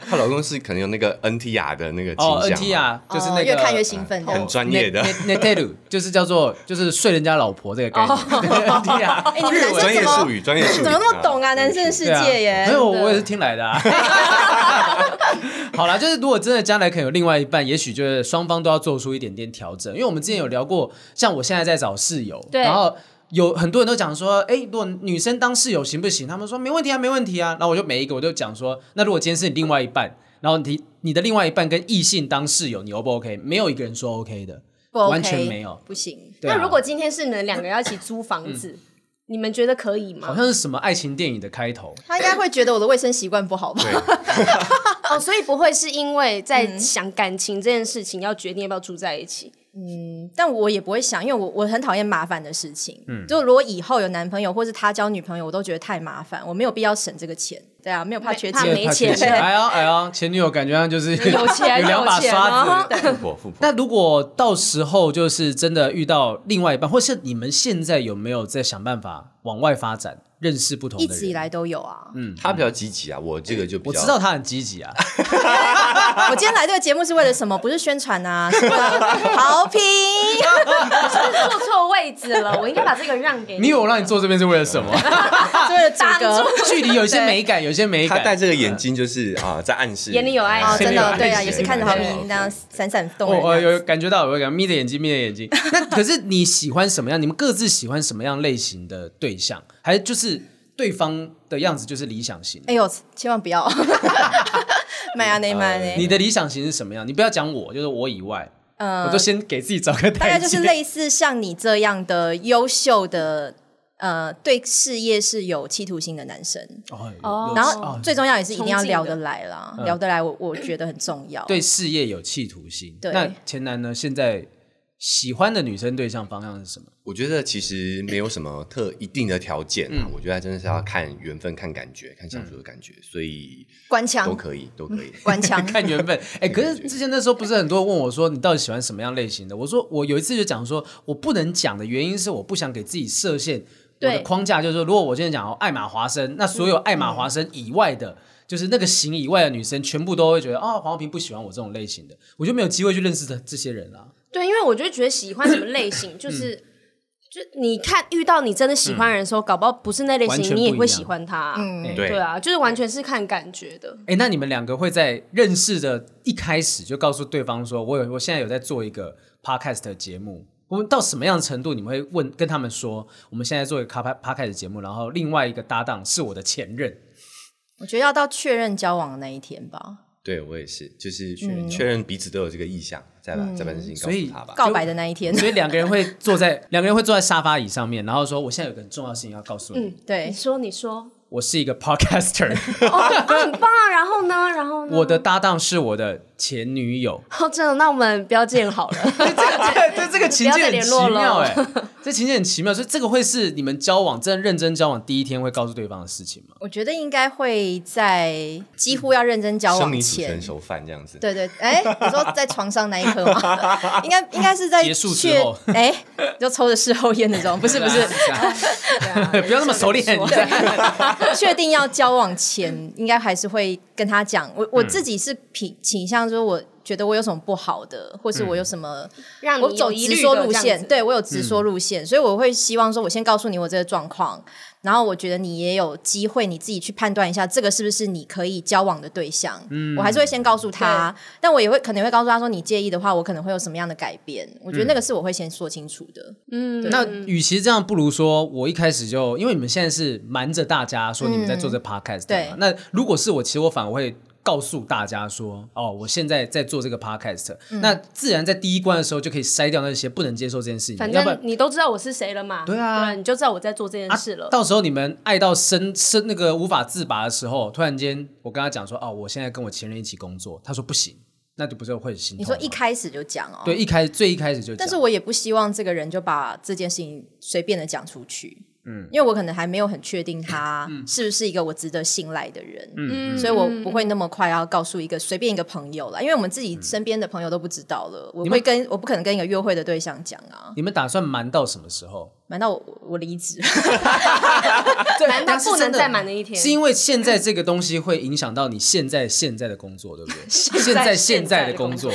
A: 她老公是可能有那个 NTR 的那个
C: 哦
A: 倾
C: ，NT
A: 向嘛，
C: 啊，就是
D: 哦
C: 那个
D: 越看越兴奋，
A: 很专业的
C: n。e t e l 就是叫做就是睡人家老婆这个 概念 NT 啊，
D: 哦 哎，你们男
A: 专
D: 生
A: 业
D: 怎么
A: 术语，专业术语，
D: 怎么那么懂啊？
A: 专业
D: 男
A: 术语
D: 生的世
C: 对啊
D: 界耶，
C: 没有，
B: 真的
C: 我也是听来的、啊。 好啦，就是如果真的将来可能有另外一半，也许就是双方都要做出一点点调整，因为我们之前有聊过，像我现在在找室友，
B: 对
C: 然后。有很多人都讲说，哎、如果女生当室友行不行？他们说没问题啊，没问题啊。然后我就每一个我就讲说，那如果今天是你另外一半，然后你你的另外一半跟异性当室友，你 O 不 OK？没有一个人说 OK 的，
D: 不 OK，
C: 完全没有。
D: 不行。
C: 对啊
B: 那如果今天是你们两个人要一起租房 子，你们觉得可以
C: 好
B: 吗？
C: 像是什么爱情电影的开头，
D: 他应该会觉得我的卫生习惯不好吧？
B: 哦，所以不会是因为在想感情这件事情要决定要不要住在一 起。
D: 但我也不会想，因为我我很讨厌麻烦的事情。嗯，就如果以后有男朋友或是他交女朋友，我都觉得太麻烦，我没有必要省这个钱。对啊，没有怕缺
B: 怕
D: 钱。
B: 没钱
C: 对哎呀哎呀，前女友感觉上就是有
B: 钱
C: 有两把
B: 有钱
C: 刷
B: 啊
C: 子。
A: 富婆富婆。
C: 那如果到时候就是真的遇到另外一半，或是你们现在有没有在想办法往外发展，认识不同的
D: 一
C: 人？嗯
D: 直以来都有啊。
A: 他比较积极啊，我这个就比
C: 我
A: 较
C: 知道他很积极啊，
D: 我今天来这个节目是为了什么？不是宣传啊，是为了好 评。
B: 坐错位置了，我应该把这个让给
C: 你以为我让你坐这边是为了什么？
D: 是为了主
B: 挡
D: 歌。
C: 距离有一些美感，有一些美
A: 他
C: 感。
A: 戴这个眼镜就是啊，在暗示
B: 眼里有爱
D: 哦，真 的，对啊，
A: 对
D: 也是看着好
A: 对
D: 评，那样闪闪动
C: 我
D: 人
C: 我
D: 这样
C: 哦有
D: 子。
C: 感觉到，我有感眯着眼睛，眯着 眼睛。那可是你喜欢什么样？你们各自喜欢什么样类型的对象？还是就是对方的样子就是理想型？
D: 哎呦，千万不要！ 买啊，内买
C: 你
D: 呢？
C: 的理想型是什么样？你不要讲我，就是我以外，
D: 嗯
C: 我都先给自己找个
D: 大
C: 台
D: 概
C: 阶。
D: 就是类似像你这样的优秀的，呃，对事业是有企图心的男生。
C: 哦，
B: 哦
C: 有
D: 然
C: 哦嗯
D: 后最重要也是一定要
B: 冲劲的
D: 聊得来啦，聊得来我我觉得很重要。
C: 对事业有企图心。
D: 对
C: 那前男呢？现在喜欢的女生对象方向是什么？
A: 我觉得其实没有什么特一定的条件啊，我觉得真的是要看缘分、看感觉、看相处的感觉，所以
D: 官
A: 都
D: 腔，
A: 可以，都可以。
D: 官腔，
C: 看缘分。哎、可是之前那时候不是很多人问我说，你到底喜欢什么样类型的？我说我有一次就讲说，我不能讲的原因是我不想给自己设限。我的
B: 对
C: 框架就是说，如果我今天讲哦，爱马华生，那所有爱马华生以外的。就是那个型以外的女生，全部都会觉得哦，黄浩平不喜欢我这种类型的，我就没有机会去认识这这些人啊啦、
B: 对，因为我就觉得喜欢什么 类型，就是就你看遇到你真的喜欢的人的时候，搞不好不是那类
C: 完全
B: 型，
C: 不
B: 你也
C: 一
B: 会
C: 样
B: 喜欢他啊。
D: 嗯，
A: 对
B: 对啊，就是完全是看感觉的。
C: 哎，那你们两个会在认识的一开始就告诉对方说，我有我现在有在做一个 podcast 的节目。我们到什么样的程度，你们会问跟他们说，我们现在做一个 pod podcast 节目，然后另外一个搭档是我的前任，
D: 我觉得要到确认交往的那一天吧，
A: 对我也是，就是确
D: 嗯
A: 认确认彼此都有这个意向，再把再把事情告
C: 所以
A: 诉他吧。
D: 告白的那一天。
C: 所以两个人会坐在两个人会坐在沙发椅上面，然后说，我现在有个很重要的事情要告诉你，
B: 你
D: 对，
B: 哎说，你说，
C: 我是一个 podcaster，
B: 哦，啊很棒啊。然后呢，然后呢？
C: 我的搭档是我的前女友。
B: 哦，真的，那我们不要见好了。
C: 对这个情节很奇
B: 不要再联
C: 妙
B: 络了
C: 哎、这情节很奇妙，所以这个会是你们交往真的认真交往第一天会告诉对方的事情吗？
D: 我觉得应该会在几乎要认真交
A: 生
D: 往
A: 米煮成
D: 前。
A: 熟饭这样子，
D: 对对，哎，你说在床上那一刻 吗？应该应该是在
C: 结束之
D: 确
C: 后，
D: 哎，就抽着事后烟那种，不是不 是，
C: 啊
D: 啊
C: 不要那么熟练，你在
D: 嗯确
C: 嗯
D: 定要交往前，应该还是会跟他讲。我我自己是倾倾向说，我觉得我有什么不好的，或是我有什么，
B: 让你
D: 我走
B: 有疑
D: 直
B: 虑
D: 说
B: 的
D: 路
B: 这样
D: 线，
B: 子
D: 对我有直说路线，所以我会希望说，我先告诉你我这个状况，然后我觉得你也有机会你自己去判断一下，这个是不是你可以交往的对象。嗯，我还是会先告诉他，但我也会可能会告诉他说，你介意的话，我可能会有什么样的改变。我觉得那个是我会先说清楚的。
B: 嗯，
C: 那与其这样，不如说我一开始就，因为你们现在是瞒着大家说你们在做这 podcast，、
D: 嗯对
C: 嘛那如果是我，其实我反而会。告诉大家说，哦，我现在在做这个 podcast，、那
D: 嗯
C: 自然在第一关的时候就可以筛掉那些不能接受这件事情，
B: 反
C: 要不
B: 正
C: 然
B: 你都知道我是谁了嘛，
C: 对啊
B: 你就知道我在做这件
C: 啊
B: 事了。
C: 到时候你们爱到生生那个无法自拔的时候，突然间我跟他讲说，哦，我现在跟我前任一起工作，他说不行，那就不是会心
D: 你
C: 痛
D: 说
C: 吗。
D: 一开始就讲哦，
C: 对，一开最一开始就讲，
D: 但是我也不希望这个人就把这件事情随便的讲出去，嗯，因为我可能还没有很确定他
C: 嗯
D: 是不是一个我值得信赖的人，嗯，所以我不会那么快要告诉一个随便一个朋友啦，因为我们自己身边的朋友都不知道了，我
C: 嗯你们
D: 会跟我不可能跟一个约会的对象讲啊，
C: 你们打算瞒到什么时候？
D: 难道我我离职？
B: 难道
C: 但是
B: 不能
C: 真的
B: 再瞒了一天？
C: 是因为现在这个东西会影响到你现在现在的工作，对不对？现
B: 在
C: 现在的工作，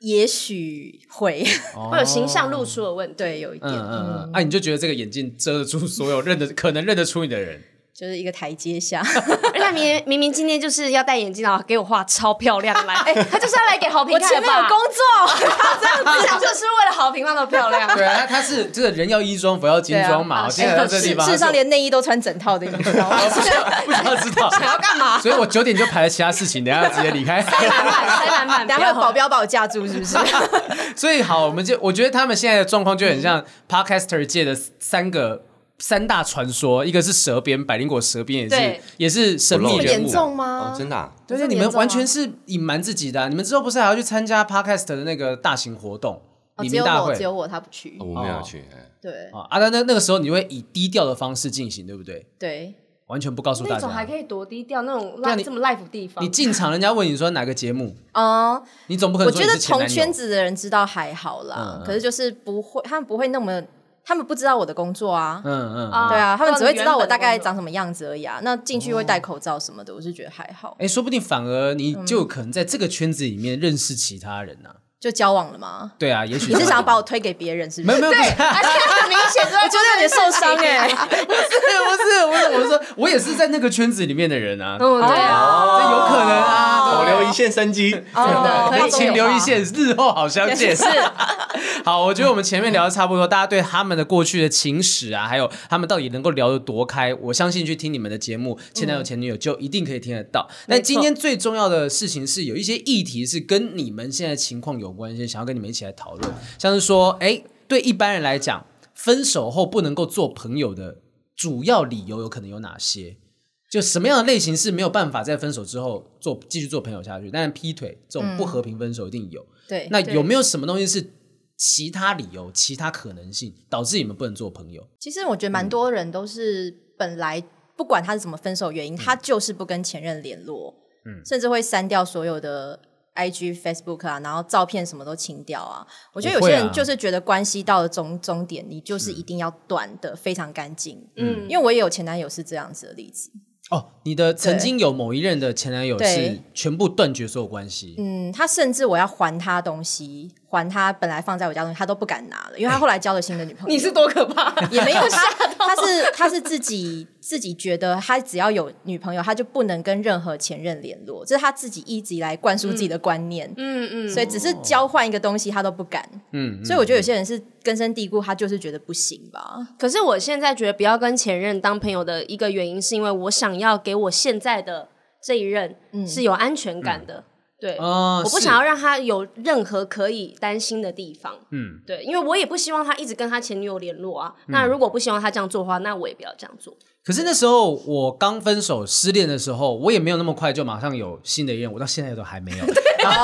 D: 也许会，
B: 会有形象露出的问题。
D: 对，有一点，
C: 哦嗯嗯嗯，啊，你就觉得这个眼镜遮得住所有认得 可能认得出你的人，
D: 就是一个台阶 下。
B: 而且他明明明今天就是要戴眼镜，然后给我画超漂亮的 来，哎，他就是要来给好评
D: 我
B: 看
D: 前
B: 的
D: 面有
B: 吧？
D: 工作，
B: 我想就是为了好评让她漂亮。
C: 对啊，他他是这个人要衣装，佛要金装嘛，我现在到这
D: 事
C: 地方，
D: 啊
C: 哦哎
D: 事实上连内衣都穿整套的，你知道 吗？
C: 不想要知道，
B: 想要干嘛？
C: 所以我九点就排了其他事情，等一下直接离开。
B: 塞满 满，塞 满满，
D: 然后有
B: 不要
D: 保啊镖把我架住，是不 是？哦
C: 所以好，我们就我觉得他们现在的状况就很像 podcaster 界的三个三大传说，一个是蛇鞭，百灵果蛇鞭也是
B: 对
C: 也是神
A: 不
C: 秘
A: 露
C: 人
D: 严
C: 物。
D: 重
A: 哦
D: 吗？，
A: 真的啊、
C: 对
D: 这么
C: 对，你们
D: 严重
C: 完
D: 吗
C: 全是隐瞒自己的啊、你们之后不是还要去参加 podcast 的那个大型活动，
D: 哦
C: 李
D: 只
C: 明
D: 有
C: 大会
D: 我，只有我他不去
A: 哦。我没有去。哎
D: 对
C: 啊？啊，那那那个时候你会以低调的方式进行，对不对？
D: 对，
C: 完全不告诉大
B: 那种还
C: 家。
B: 可以多低调，那种
C: 啊
B: live
C: 你
B: 这么 live 地方
C: 你，进场，人家问你说哪个节目，
D: 哦，
C: 你总不可
D: 我
C: 能说
D: 觉
C: 你
D: 得
C: 是前
D: 同
C: 男
D: 圈
C: 友。
D: 子的人知道还好啦
C: 嗯嗯，
D: 可是就是不会，他们不会那么，他们不知道我的工作啊。
C: 嗯嗯。
B: 啊
D: 对啊，他们只会知道我大概
B: 原本的
D: 长什么样子而已啊。那进去会戴口罩什么的，我是觉得还好。
C: 哎，说不定反而你
D: 嗯
C: 就有可能在这个圈子里面认识其他人呐、啊。
D: 就交往了吗？
C: 对啊，也许
D: 你是想要把哎
C: 我
D: 我推给别人是不
C: 没
D: 是
C: 有？没有，不是
B: 工作， 而且很明显就在，
D: 我觉得有点受 伤
B: 啊
D: 哎。
C: 不是，我是我是说，我也是在那个圈子里面的人啊，
B: 嗯，对啊，
C: 这有可能啊，对
A: 保
C: 不对
A: 留一线生机。
D: 哦
C: 对，
D: 可以
C: 请留一线，日后好相见。
D: 是
C: 好，我觉得我们前面聊的差不多，大家对他们的过去的情史啊，还有他们到底能够聊得多开，我相信去听你们的节目《前男友前女友》就一定可以听得到。但今天最重要的事情是，有一些议题是跟你们现在情况有关系，想要跟你们一起来讨论，像是说，哎，对一般人来讲，分手后不能够做朋友的主要理由有可能有哪些？就什么样的类型是没有办法在分手之后做继续做朋友下去？当然，劈腿这种不和平分手一定有。
D: 哎对，
C: 那
B: 对
C: 有没有什么东西是其他理由、其他可能性导致你们不能做朋友？
D: 其实我觉得
C: 嗯
D: 蛮多人都是本来不管他是怎么分手原因，
C: 嗯
D: 他就是不跟前任联络，甚至会删掉所有的 IG、Facebook 啊，然后照片什么都清掉啊。我觉得有些
C: 我会
D: 人
C: 啊嗯
D: 就是觉得关系到了终终点，你就是一定要断的非常干净。
B: 嗯，
D: 因为我也有前男友是这样子的例子，
C: 哦，你的曾经有某一任的前男友是
D: 对
C: 全部断绝所有关系，
D: 嗯，他甚至我要还他东西，还他本来放在我家的东西，他都不敢拿了，因为他后来交了新的女 朋友。
B: 你是多 可怕？
D: 也没有他， 他是他是自己自己觉得他只要有女朋友，他就不能跟任何前任联络，这是他自己一直以来灌输自己的观念。
B: 嗯嗯，
D: 所以只是交换一个东西，他都不敢。
C: 嗯，
D: 所以我觉得有些人是根深蒂固，他就是觉得不行吧。
B: 可是我现在觉得不要跟前任当朋友的一个原因，是因为我想要给我现在的这一任
D: 嗯
B: 是有安全感的，对，
C: 哦
B: 我不
C: 是
B: 想要让他有任何可以担心的地方，
C: 嗯
B: 嗯，对，因为我也不希望他一直跟他前女友联络啊。那如果不希望他这样做的话，那我也不要这样做。
C: 可是那时候我刚分手失 恋
A: 嗯
C: 的时候，我也没有那么快就马上有新的一任，我到现在都还没有。然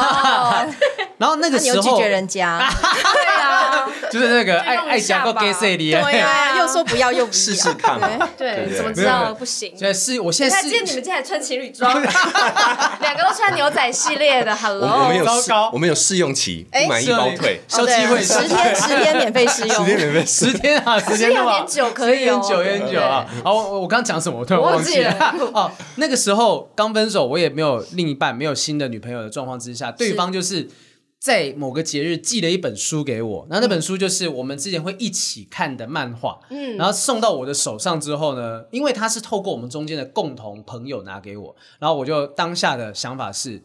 C: 后那
D: 那
C: 个
D: 你
C: 时
D: 又拒
C: 候
D: 绝人家， 对啊，
C: 就是那个爱
E: 就用一
C: 爱
E: 下
C: 夹够
E: 吧
C: gay 塞里，
D: 对 啊，
B: 对啊
D: 又说不要又不要，
A: 试试看嘛。对
B: 哎对，
A: 对
B: 怎么知
C: 没有没
B: 道
C: 有
B: 不行？
C: 对，是我现
B: 你
C: 在
B: 看，今天你
C: 是
B: 们竟然穿情侣装，两个都穿牛仔系列的
A: 我们我
B: ，Hello，
A: 们有
C: 哦糟
A: 试
C: 糕
A: 我们有试用期，
B: 哎
A: 不满意
C: 是啊啊
A: 包退，
C: 消机会
D: 十天十天免费
A: 十
D: 试
A: 天
D: 用，
A: 免费试。
C: 十天啊，十天的吧
B: 有点久可
C: 有
B: 以哦
C: 点久，有点久啊。好，我我我刚讲什么？我突然
B: 我忘
C: 忘记
B: 记了
C: 了。 哦，那个时候刚分手，我也没有另一半，没有新的女朋友的状况之下，对方就是。在某个节日寄了一本书给
B: 嗯
C: 我，然后那本书就是我们之前会一起看的漫画，嗯，然后送到我的手上之后呢，因为它是透过我们中间的共同朋友拿给我，然后我就当下的想法是，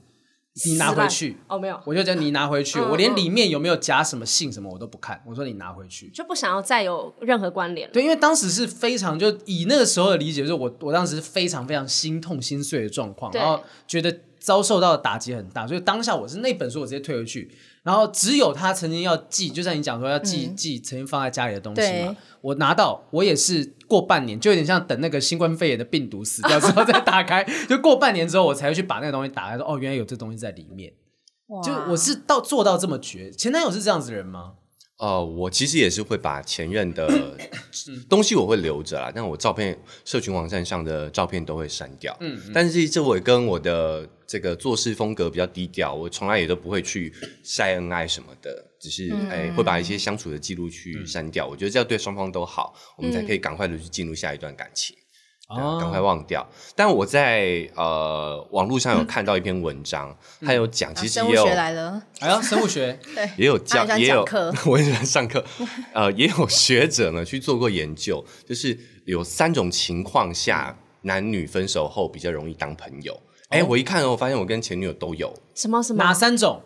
C: 你拿回去，
B: 哦，没有，
C: 我就叫你拿回去，
B: 嗯
C: 我连
B: 嗯
C: 里面有没有夹什么信什么我都不看，我说你拿回去，
B: 就不想要再有任何关联了。
C: 对，因为当时是非常就以那个时候的理解，就是我我当时是非常非常心痛心碎的状况，
B: 对
C: 然后觉得遭受到的打击很大，所以当下我是那本书我直接退回去，然后只有他曾经要寄，就像你讲说要寄、寄曾经放在家里的东西嘛
D: 对，
C: 我拿到我也是过半年，就有点像等那个新冠肺炎的病毒死掉之后再打开， 就过半年之后我才会去把那个东西打开，说哦原来有这东西在里面，就我是到做到这么绝，前男友是这样子的人吗？
A: 呃，我其实也是会把前任的
C: 嗯
A: 东西我会留着啦，但我照片社群网站上的照片都会删掉。嗯，但是这我也跟我的这个做事风格比较低调，我从来也都不会去晒恩爱什么的，只是
B: 嗯
A: 哎、会把一些相处的记录去
C: 嗯
A: 删掉。我觉得这样对双方都好，我们才
B: 嗯
A: 可以赶快的去进入下一段感情。对啊
D: 哦
C: 哦
A: 赶快忘掉。但我在呃网络上有看到一篇文章，它有讲，其实
D: 嗯啊生物
A: 也有
D: 学来了，
C: 哎呀，生物学，
A: 也有
D: 他很
A: 教，
D: 喜欢
A: 也有
D: 讲课
A: 我很喜欢上 课，呃，也有学者呢去做过研究，就是有三种情况下
D: 嗯
A: 男女分手后比较容易当朋友。哎、我一看哦，我发现我跟前女友都有。
B: 什么什
C: 哪
B: 么？
C: 三种？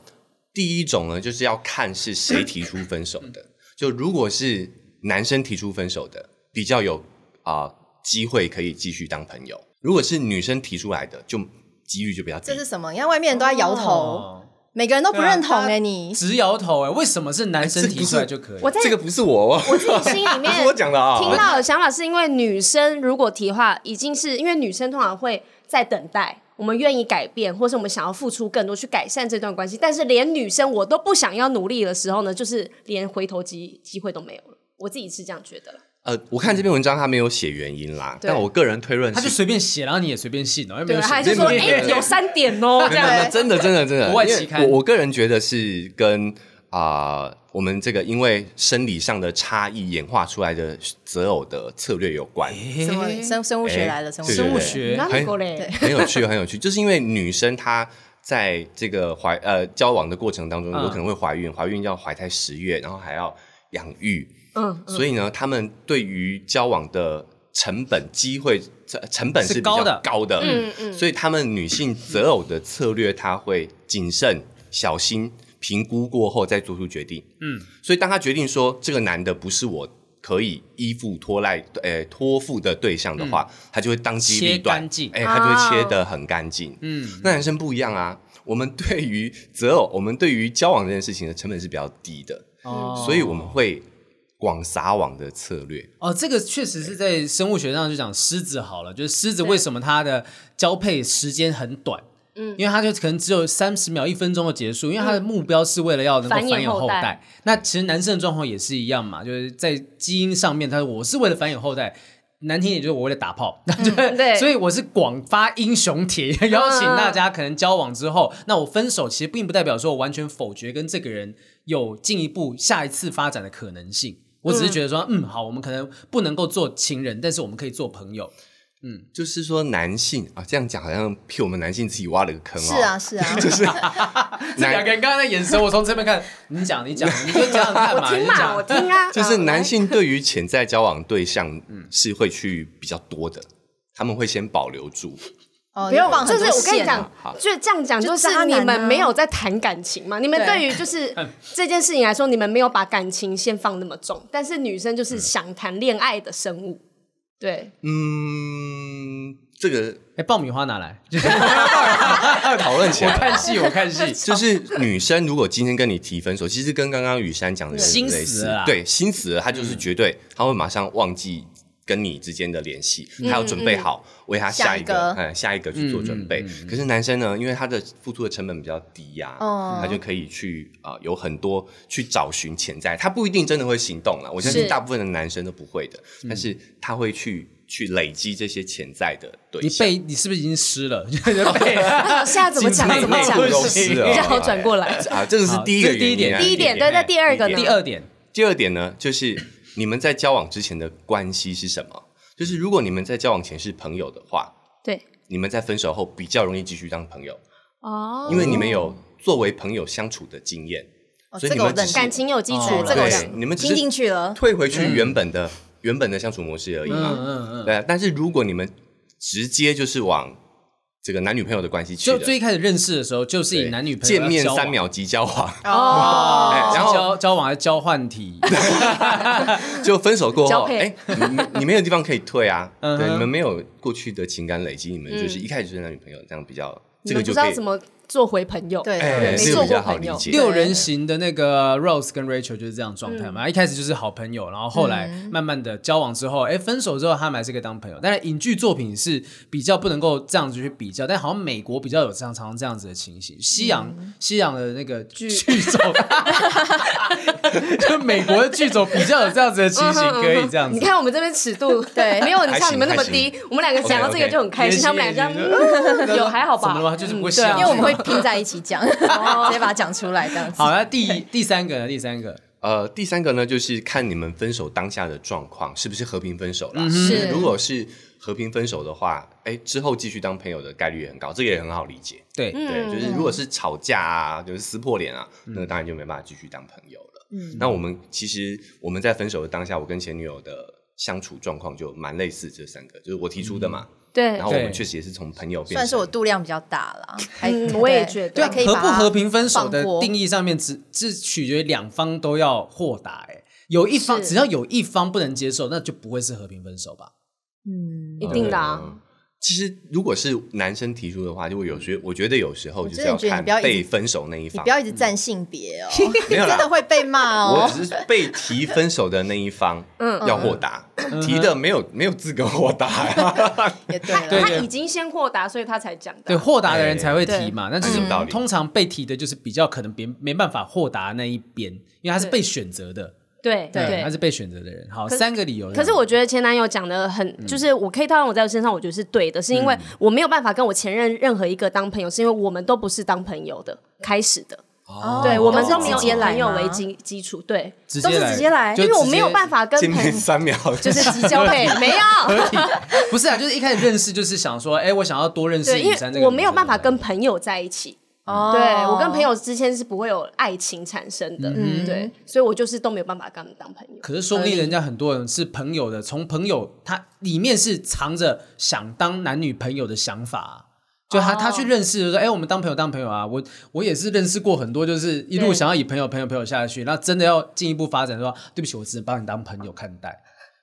A: 第一种呢，就是要看是谁提出分手的。就如果是男生提出分手的，比较有啊、机会可以继续当朋友；如果是女生提出来的，就几率就比较低
D: 这。是什么？你看外面人都在摇头，
C: 哦
D: 每个人都不
C: 对啊
D: 认同
C: 他
D: 哎，你
C: 直摇头哎、为什么是男生提出来就可以？
B: 我在
A: 这个不是我哦，
B: 我自己心里
A: 不是
B: 面
A: 我讲的啊、
B: 听到的想法是因为女生如果提话，已经是因为女生通常会在等待，我们愿意改变，或是我们想要付出更多去改善这段关系。但是连女生我都不想要努力的时候呢，就是连回头机机会都没有了。我自己是这样觉得了。
A: 呃，我看这篇文章他没有写原因啦，
B: 对
A: 但我个人推论
C: 他
A: 是，
C: 就随便写，然后你也随便信哦，又没
B: 对，
C: 有
B: 他
C: 写
B: 还是说，
A: 没
B: 哎、
A: 有没有
B: 有三点 哦，这
A: 没有
B: 样
A: 没有真的真的真的，
C: 国外
A: 因为
C: 期刊
A: 我我个人觉得是跟啊、我们这个因为生理上的差异演化出来的择偶的策略有关，
D: 什么生生物学来了，
A: 哎
D: 生物
A: 对
D: 学
C: 生物
B: 你
C: 学
B: 刚
A: 很
B: 刚嘞，
A: 很有趣很有趣，就是因为女生她。在这个怀呃交往的过程当中，
C: 嗯
A: 有可能会怀孕，怀孕要怀胎十月，然后还要养育，
B: 嗯，
A: 所以呢，他们对于交往的成本、机会成成本
C: 是
A: 是比
C: 高
A: 较
C: 的
A: 高的，
B: 嗯嗯
A: 所以他们女性择偶的策略，她会谨慎、小心评估过后再做出决定，嗯，所以当她决定说这个男的不是我可以依附托赖，呃，托付的对象的话，她就会当机立
C: 嗯切
A: 断
C: 干净，
A: 哎，她就会切得很干净，嗯，那男生不一样啊。我们对于择偶，我们对于交往这件事情的成本是比较低的，
C: 哦
A: 所以我们会广撒网的策略。
C: 哦，这个确实是在生物学上就讲狮子好了，就是狮子为什么它的交配时间很短？嗯，因为它就可能只有三十秒、一分钟的结束，因为它的目标是为了要能够
B: 嗯繁
C: 繁
B: 衍
C: 衍
B: 后
C: 后
B: 代
C: 代。那其实男生的状况也是一样嘛，就是在基因上面，他说我是为了繁衍后代。难听一点就是我为了打炮，对
B: 嗯 对
C: 所以我是广发英雄帖， 邀请大家可能交往之后，那我分手其实并不代表说我完全否决跟这个人有进一步下一次发展的可能性，我只是觉得说，嗯，好，我们可能不能够做情人，但是我们可以做朋友。
A: 就是说，男性啊，这样讲好像替我们男性自己挖了个坑哦。
D: 是啊， 是啊，
C: 这两个人刚刚的眼神，我从这边看， 你讲，你讲，你就讲讲看嘛，
B: 我听
C: 你
B: 嘛，
C: 讲
B: 我。听啊，
A: 就是男
B: 好
A: 性对于潜在交往对象是会去比较多的，他们会先保留住。
D: 哦
B: 不用
D: 你放，很
B: 就
D: 多
B: 是我跟你
D: 线啊
B: 讲，就是这样讲，
D: 就
B: 哦就是
D: 渣男啊
B: 你们没有在谈感情嘛？你们对于就是
A: 嗯
B: 这件事情来说，你们没有把感情先放那么重，但是女生就是想谈恋爱的生物，对，
A: 嗯，这个
C: 哎，爆米花拿来，
A: 要讨论起
C: 我
A: 来。
C: 看戏，我看戏。
A: 就是女生如果今天跟你提分手，其实跟刚刚雨珊讲的有点
C: 心
A: 类
C: 死
A: 似
C: 了啦，
A: 对，心死了，她就是绝对，她会马上忘记。跟你之间的联系，他要准备好为他下一个
D: 下一个
A: 哎下一个去做准备。可是男生呢，因为他的付出的成本比较低呀、
D: 哦
A: 他就可以去啊、呃有很多去找寻潜在，他不一定真的会行动了，我相信
B: 是
A: 大部分的男生都不会的，但是他会去去累积这些潜在的对
C: 你
A: 象。
C: 背你是不是已经湿了？ 就是背
B: 啊现在怎么讲？
C: 紧
B: 怎么
C: 背
B: 讲
C: 内？裤
A: 都湿了
B: 然后转过来，
A: 啊，这个是
C: 好
A: 第一个
C: 这是第一
A: 原因啊
C: 点
B: 第一点对那第二个呢
C: 第二点，
A: 第二点呢，就是你们在交往之前的关系是什么？就是如果你们在交往前是朋友的话，
B: 对
A: 你们在分手后比较容易继续当朋友，
B: 哦，
A: 因为你们有作为朋友相处的经验，
D: 哦
A: 所以
D: 这
A: 你
D: 个我
A: 们
D: 认
A: 只是
B: 感情有基础
C: 哦
B: 了，
D: 这个我
A: 对
D: 认，
A: 你们只
D: 听进
A: 是
D: 去了，
A: 退回
B: 嗯
A: 去原本的、原本的相处模式而已
C: 嗯
A: 嘛。
C: 嗯嗯，
A: 对，但是如果你们直接就是往这个男女朋友的关系去
C: 就
A: 了，
C: 最一开始认识的时候，就是以
A: 对
C: 男女朋友
A: 见面
C: 要交往
A: 三，秒即交往，
D: 哦
A: 哎然后
C: 交交往还是交换题，
A: 就分手过
B: 交
A: 后，
B: 配
A: 哎、你你你没有地方可以退啊，
C: 嗯哼
A: 对，你们没有过去的情感累积，你们就是一开始就是男女朋友，这样比较
B: 嗯你
A: 这
B: 们
A: 个
B: 不
A: 就
B: 知
A: 可
B: 道
A: 以
B: 怎，么做回朋友，
D: 对
A: 哎，
D: 没
A: 这个
B: 做
A: 比较
B: 过
A: 好
B: 朋
A: 理
B: 友
A: 解。
C: 六人行的那个 Rose 跟 Rachel 就是这样的状态
B: 嗯
C: 嘛，一开始就是好朋友，然后后来慢慢的交往之后，哎、分手之后他们还是可以当朋友。但是影剧作品是比较不能够这样子去比较，但好像美国比较有这样常常这样子的情形。西洋、
B: 嗯
C: 西洋的那个剧剧种，就美国的剧种比较有这样子的情形，可以这样子。
B: 你看我们这边尺 度，
D: 对
B: 没有你
A: 还
B: 像
A: 行
B: 你们那么
A: 还行
B: 低，我们两个讲到这个就很开心，他们俩这样嗯 有还好吧？
C: 怎么了吗就是不会
B: 嗯对啊
C: 笑
D: 因为我们会拼在一起讲，直接把它讲出来这样子
C: 好，。那第第三个呢？第三个，
A: 呃，第三个呢，就是看你们分手当下的状况是不是和平分手啦。
B: 嗯是
A: 如果是和平分手的话，哎，之后继续当朋友的概率也很高，这个也很好理解。
C: 对，
B: 嗯
A: 对，就是如果是吵架啊，就是撕破脸啊，
C: 嗯
A: 那当然就没办法继续当朋友了。嗯，那我们其实我们在分手的当下，我跟前女友的相处状况就蛮类似这三个，就是我提出的嘛，
B: 对
A: 然，后我们
C: 对
A: 确实也是从朋友变
D: 算
A: 成
D: 是我度量比较大了，还
B: 嗯我也觉得
D: 对
C: 对
D: 还
C: 啊，
D: 可以
C: 和
D: 把
C: 不
D: 它
C: 和平分手的
D: 放过
C: 定义上面，只只取决于两方都要豁达、欸。有一方
B: 是
C: 只要有一方不能接受，那就不会是和平分手吧？
B: 一定的啊。
A: 嗯其实，如果是男生提出的话，就会有些，我觉得有时候就是
D: 真的
A: 要
D: 觉得
A: 看
D: 你不要一直
A: 被分手那一
D: 你
A: 方
D: 不。要一直占性别哦，
A: 没有啦
D: 真的会被骂
A: 我
D: 哦。嗯
A: 只是被提分手的那一 方，要豁达，提的没有没有资格豁达呀。
D: 也对
B: 他
D: 了，
B: 他已经先豁达，所以他才讲的。
C: 对，豁达的人才会提嘛。那就
A: 嗯
C: 是
A: 很有道理
C: 通常被提的就是比较可能别没办法豁达那一边，因为他是被选择的，
B: 对
C: 他是被选择的人。好，
B: 是
C: 三个理由。
B: 可是我觉得前男友讲的
C: 嗯
B: 很，就是我可以套用我在我身上，我觉得是对的，是因为我没有办法跟我前任任何一个当朋友，是因为我们都不是当朋友的开始的，
C: 哦
B: 对我们都哦没有啊
D: 直接
B: 以
D: 来
B: 朋友
D: 吗
B: 为基基础，对，
C: 直接
D: 都是直接来
C: 就
B: 因为我没有办
C: 法。
B: 法跟
A: 见
B: 朋
A: 面 三秒，
B: 就是即交配，没有，
C: 合体不是啊，就是一开始认识就是想说，哎、我想要多认识
B: 对，因
C: 女生这
B: 为
C: 个。
B: 我没有办法跟朋友在一起，
D: 哦
B: 对我跟朋友之间是不会有爱情产生的，
C: 嗯
B: 对，所以我就是都没有办法跟他们当朋友。
C: 可是说不定人家很多人是朋友的，从朋友他里面是藏着想当男女朋友的想法啊、就他、
B: 哦
C: 他去认识的时候，哎、我们当朋友当朋友啊，我我也是认识过很多，就是一路
B: 对
C: 想要以朋友朋友朋友下去，那真的要进一步发展说，对不起，我只能把你当朋友看待，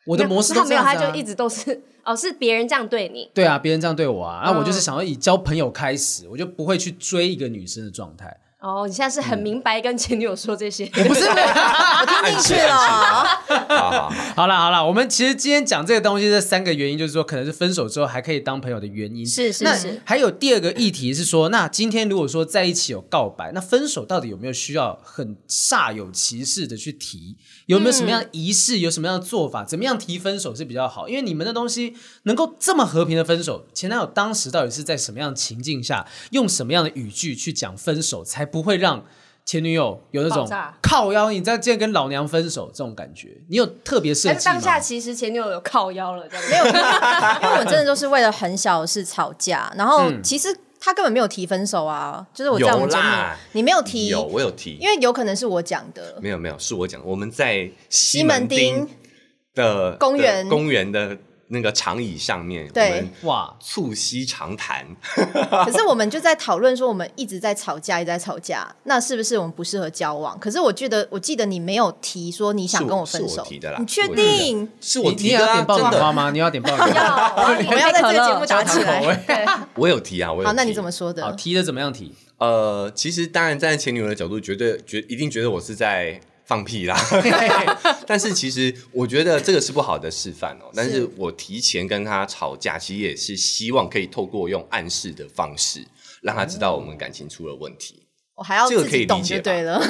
C: 我的模式都
B: 他
C: 这
B: 没有，
C: 样子、啊、
B: 他就一直都是哦，是别人这样对你，
C: 对啊，别人这样对我啊，那、
B: 嗯
C: 我就是想要以交朋友开始，我就不会去追一个女生的状态。
B: 哦，你现在是很明白跟前女友说这些，
C: 我 不是没有。
D: 我听进去了，
A: 好好好，
C: 好啦好啦，我们其实今天讲这个东西，这三个原因就是说，可能是分手之后还可以当朋友的原因。
B: 是是
C: 那
B: 是
C: 还有第二个议题是说，那今天如果说在一起有告白，那分手到底有没有需要很煞有其事的去提？有没有什么样的仪式？有什么样的做法？怎么样提分手是比较好？因为你们的东西能够这么和平的分手，前男友当时到底是在什么样的情境下，用什么样的语句去讲分手，才不会让？前女友有那
B: 爆
C: 种
B: 炸
C: 靠腰，你再竟然跟老娘分手这种感觉，你有特别设
B: 但是
C: 计吗？
B: 当下其实前女友有靠腰了，这样子
D: 没有，因为我们真的都是为了很小的事吵架，然后其实他根本没有提分手啊，就是我在我们节
A: 嗯有
D: 目
A: 啦，
D: 你没有提，
A: 有我有提，
D: 因为有可能是我讲 的，
A: 没有没有是我讲，我们在西
D: 西门
A: 门
D: 町
A: 町的
D: 公
A: 的
D: 园
A: 公园的那个长椅上面，
D: 对
A: 我们
C: 哇，
A: 促膝长谈，
D: 可是我们就在讨论说，我们一直在吵架，一直在吵架，那是不是我们不适合交往？可是我记得，我记得你没有提说你想
A: 是我
D: 跟分
A: 是
D: 手
A: 我提的啦
D: 你确
A: 是我提
D: 定？
A: 是
C: 你
A: 我
C: 你
A: 提
C: 也
A: 的
C: 要
A: 啊，
C: 点爆米
A: 真
C: 花
A: 的，
C: 吗？你要点爆米花。
B: 要我要
D: 我们要在这个节目打
C: 焦
D: 起
C: 糖
D: 来。
C: 口味。
A: 我有提啊，我有
D: 好，那你
A: 提
D: 怎么说的？
C: 好，提的怎么样提？
A: 呃，其实当然站在前女友的角度，绝对觉一定觉得我是在放屁啦。但是其实我觉得这个是不好的示范哦。但是我提前跟他吵架，其实也是希望可以透过用暗示的方式，让他知道我们感情出了问题。
E: 我还要
A: 这个
E: 自
A: 可
E: 己
A: 以理
E: 懂
A: 解
E: 就
A: 吧
E: 对 了。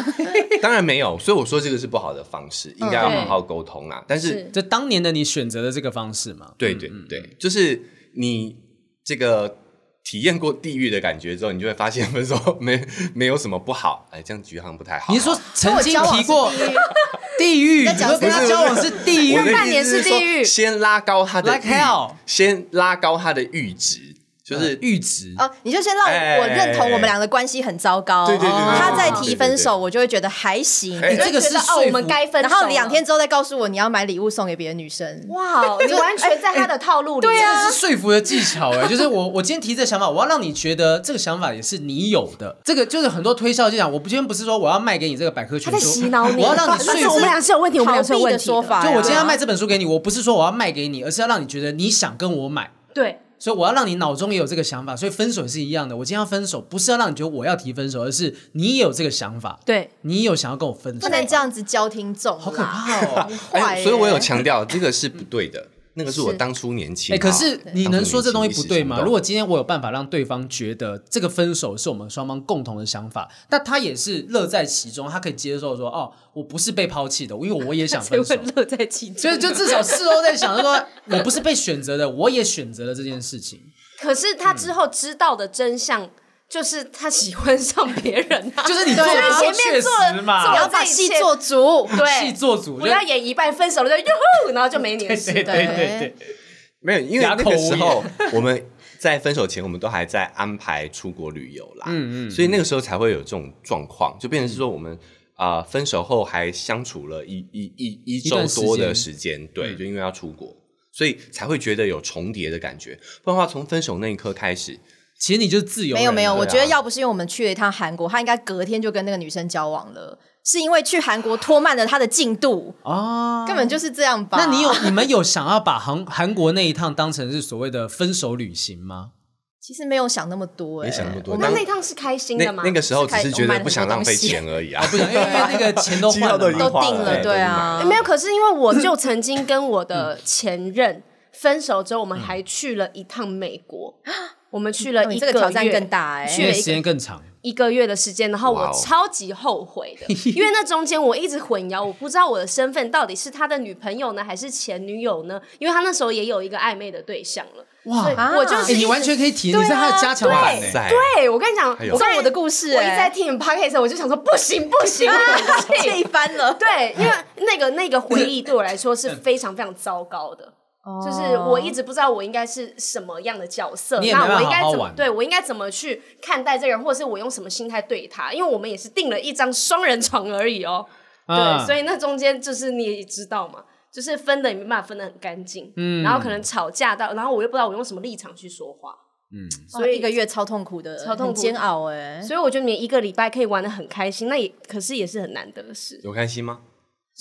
A: 当然没有，所以我说这个是不好的方式，应该要
B: 对
A: 好好沟通啦。但是
B: 是
C: 这当年的你选择的这个方式嘛？
A: 对对对，
C: 嗯
A: 就是你这个体验过地狱的感觉之后，你就会发现分手没没有什么不好。哎，这样局好像不太好。
C: 你是说曾经提过
E: 跟我交往是地狱
C: 地狱，
E: 在
C: 你
E: 讲
C: 说跟
E: 谁啊
C: 他交往是地狱
A: 我，的
B: 那半
A: 意
B: 年
A: 思
B: 是
A: 是说
B: 地狱
A: 先拉高他的
C: Like
A: 阈
C: hell 呃
A: 先拉高他的阈值，就是
C: 啊阈值
D: 哦，你就先让
A: 哎
D: 我认同我们俩的关系很糟糕，
A: 对对对对对
D: 他再
A: 对对
D: 提
A: 对
D: 分手，我就会觉得还行。
A: 哎
D: 你
C: 你
D: 就
C: 这个是
B: 觉得哦，我们该分手
D: 然
B: 了。
D: 后两天之后再告诉我你要买礼物送给别的女生，
B: 哇，你完全在他的套路里。
C: 这个是说服的技巧哎、就是我我今天提这个想法，我要让你觉得这个想法也是你有的。这个就是很多推销就讲，我不今天不是说我要卖给你这个百科全
B: 他
C: 书，
B: 在洗脑你。
C: 我要让你说
B: 但是我们
C: 服。
B: 俩是有问题，我们俩是有问题
D: 逃避的说法
C: 就
D: 呀
C: 我今天要卖这本书给你，我不是说我要卖给你，而是要让你觉得你想跟我买。
B: 对，
C: 所以我要让你脑中也有这个想法，所以分手也是一样的。我今天要分手，不是要让你觉得我要提分手，而是你也有这个想法，
B: 对，
C: 你有想要跟我分手，
D: 不能这样子教听众，
C: 好可怕哦！
D: 很坏
A: 哎，
D: 耶
A: 所以我有强调这个是不对的。那个是我当初年轻
C: 哎、
A: 啊，
C: 可是你能说这东西不对
A: 当
C: 吗？
A: 初年轻一时冲动
C: 如果今天我有办法让对方觉得这个分手是我们双方共同的想法，但他也是乐在其中，他可以接受说，哦，我不是被抛弃的，因为我也想
B: 谁
C: 分手
B: 会。乐在其中？
C: 所以就至少事后在想就说，我不是被选择的，我也选择了这件事情。
B: 可是他之后知道的真相就是他喜欢上别人啊，
C: 就是你做
B: 因为
C: 的
B: 前面做了
C: 确实嘛
B: 做
D: 你
B: 了
D: 要把
B: 这一
D: 戏
B: 切
D: 做足。
C: 戏
B: 对，
C: 做主，
B: 不要演一半分手了就哟呼，然后就没你的
C: 就
B: 事。
C: 对对对对对。
A: 没有，因为
C: 哑
A: 那
C: 口
A: 个
C: 无
A: 时
C: 言
A: 候我们在分手前，我们都还在安排出国旅游啦，嗯嗯，所以那个时候才会有这种状况，就变成是说我们啊、呃分手后还相处了一一一一
C: 一
A: 周
C: 段时
A: 多
C: 间嗯
A: 的时间，对，就因为要出国，所以才会觉得有重叠的感觉。不然的话，从分手那一刻开始，
C: 其实你就是自由人
D: 没有没有，
C: 了
D: 我觉得要不是因为我们去了一趟韩国，他应该隔天就跟那个女生交往了，是因为去韩国拖慢了他的进度，
C: 哦。
D: 根本就是这样吧？
C: 那你有你们有想要把韩韩国那一趟当成是所谓的分手旅行吗？
D: 其实没有想那么多，哎
A: 没想那么多
B: 我们那趟是开心
A: 那
B: 的吗？
A: 那个时候
D: 是
A: 只
D: 开
A: 是觉
D: 我买
A: 得
D: 了
A: 不想
D: 很多
A: 浪费
D: 东西
A: 钱而已啊，
C: 哦不想，因为因为那个钱都换
A: 机票
C: 了
A: 都已经
C: 嘛。
D: 都
A: 花
D: 定了，
A: 对
D: 对
A: 哎都
D: 啊
A: 买，
B: 没有，可是因为我就曾经跟我的前任分手之后，我们还去了一趟美国，我们去了
D: 哦你
B: 一嗯个
D: 这
B: 月
D: 个挑战更大哎、
B: 去
C: 因为
B: 了一个
C: 时间更长，
B: 一个月的时间，然后
A: 哇
B: 我
A: 哦
B: 超级后悔的， 因为那中间我一直混淆，我不知道我的身份到底是他的女朋友呢，还是前女友呢？因为他那时候也有一个暧昧的对象了。
C: 哇！
D: 啊
B: 我就是
C: 哎你完全可以提，你是哦他的加强版
A: 哇
C: 呢。
A: 塞，
B: 对，我跟你讲，
A: 哎呦
B: 我在
D: 这是我的故事、
B: 我一直在
D: 哎，
B: 听你们 podcast，的时候我就想说不行不行，我不
D: 气
B: 行
D: 翻 了。
B: 对，因为那个那个回忆对我来说是非常非常糟糕的。就是我
D: 哦
B: 一直不知道我应该是什么样的角色，
C: 你也没办
B: 那
C: 法
B: 我应该
C: 好好
B: 怎么
C: 玩
B: 对我应该怎么去看待这个人，或者是我用什么心态对他？因为我们也是订了一张双人床而已哦、
C: 啊
B: 对，所以那中间就是你也知道嘛，就是分的也没办法分的很干净，嗯，然后可能吵架到，然后我又不知道我用什么立场去说话，嗯，所
D: 所以
B: 以
D: 哦一个月超痛苦的，
B: 超痛
D: 很
B: 苦
D: 煎熬哎、
B: 所以我觉得你一个礼拜可以玩的很开心，那也可是也是很难得的事。
A: 有开心吗？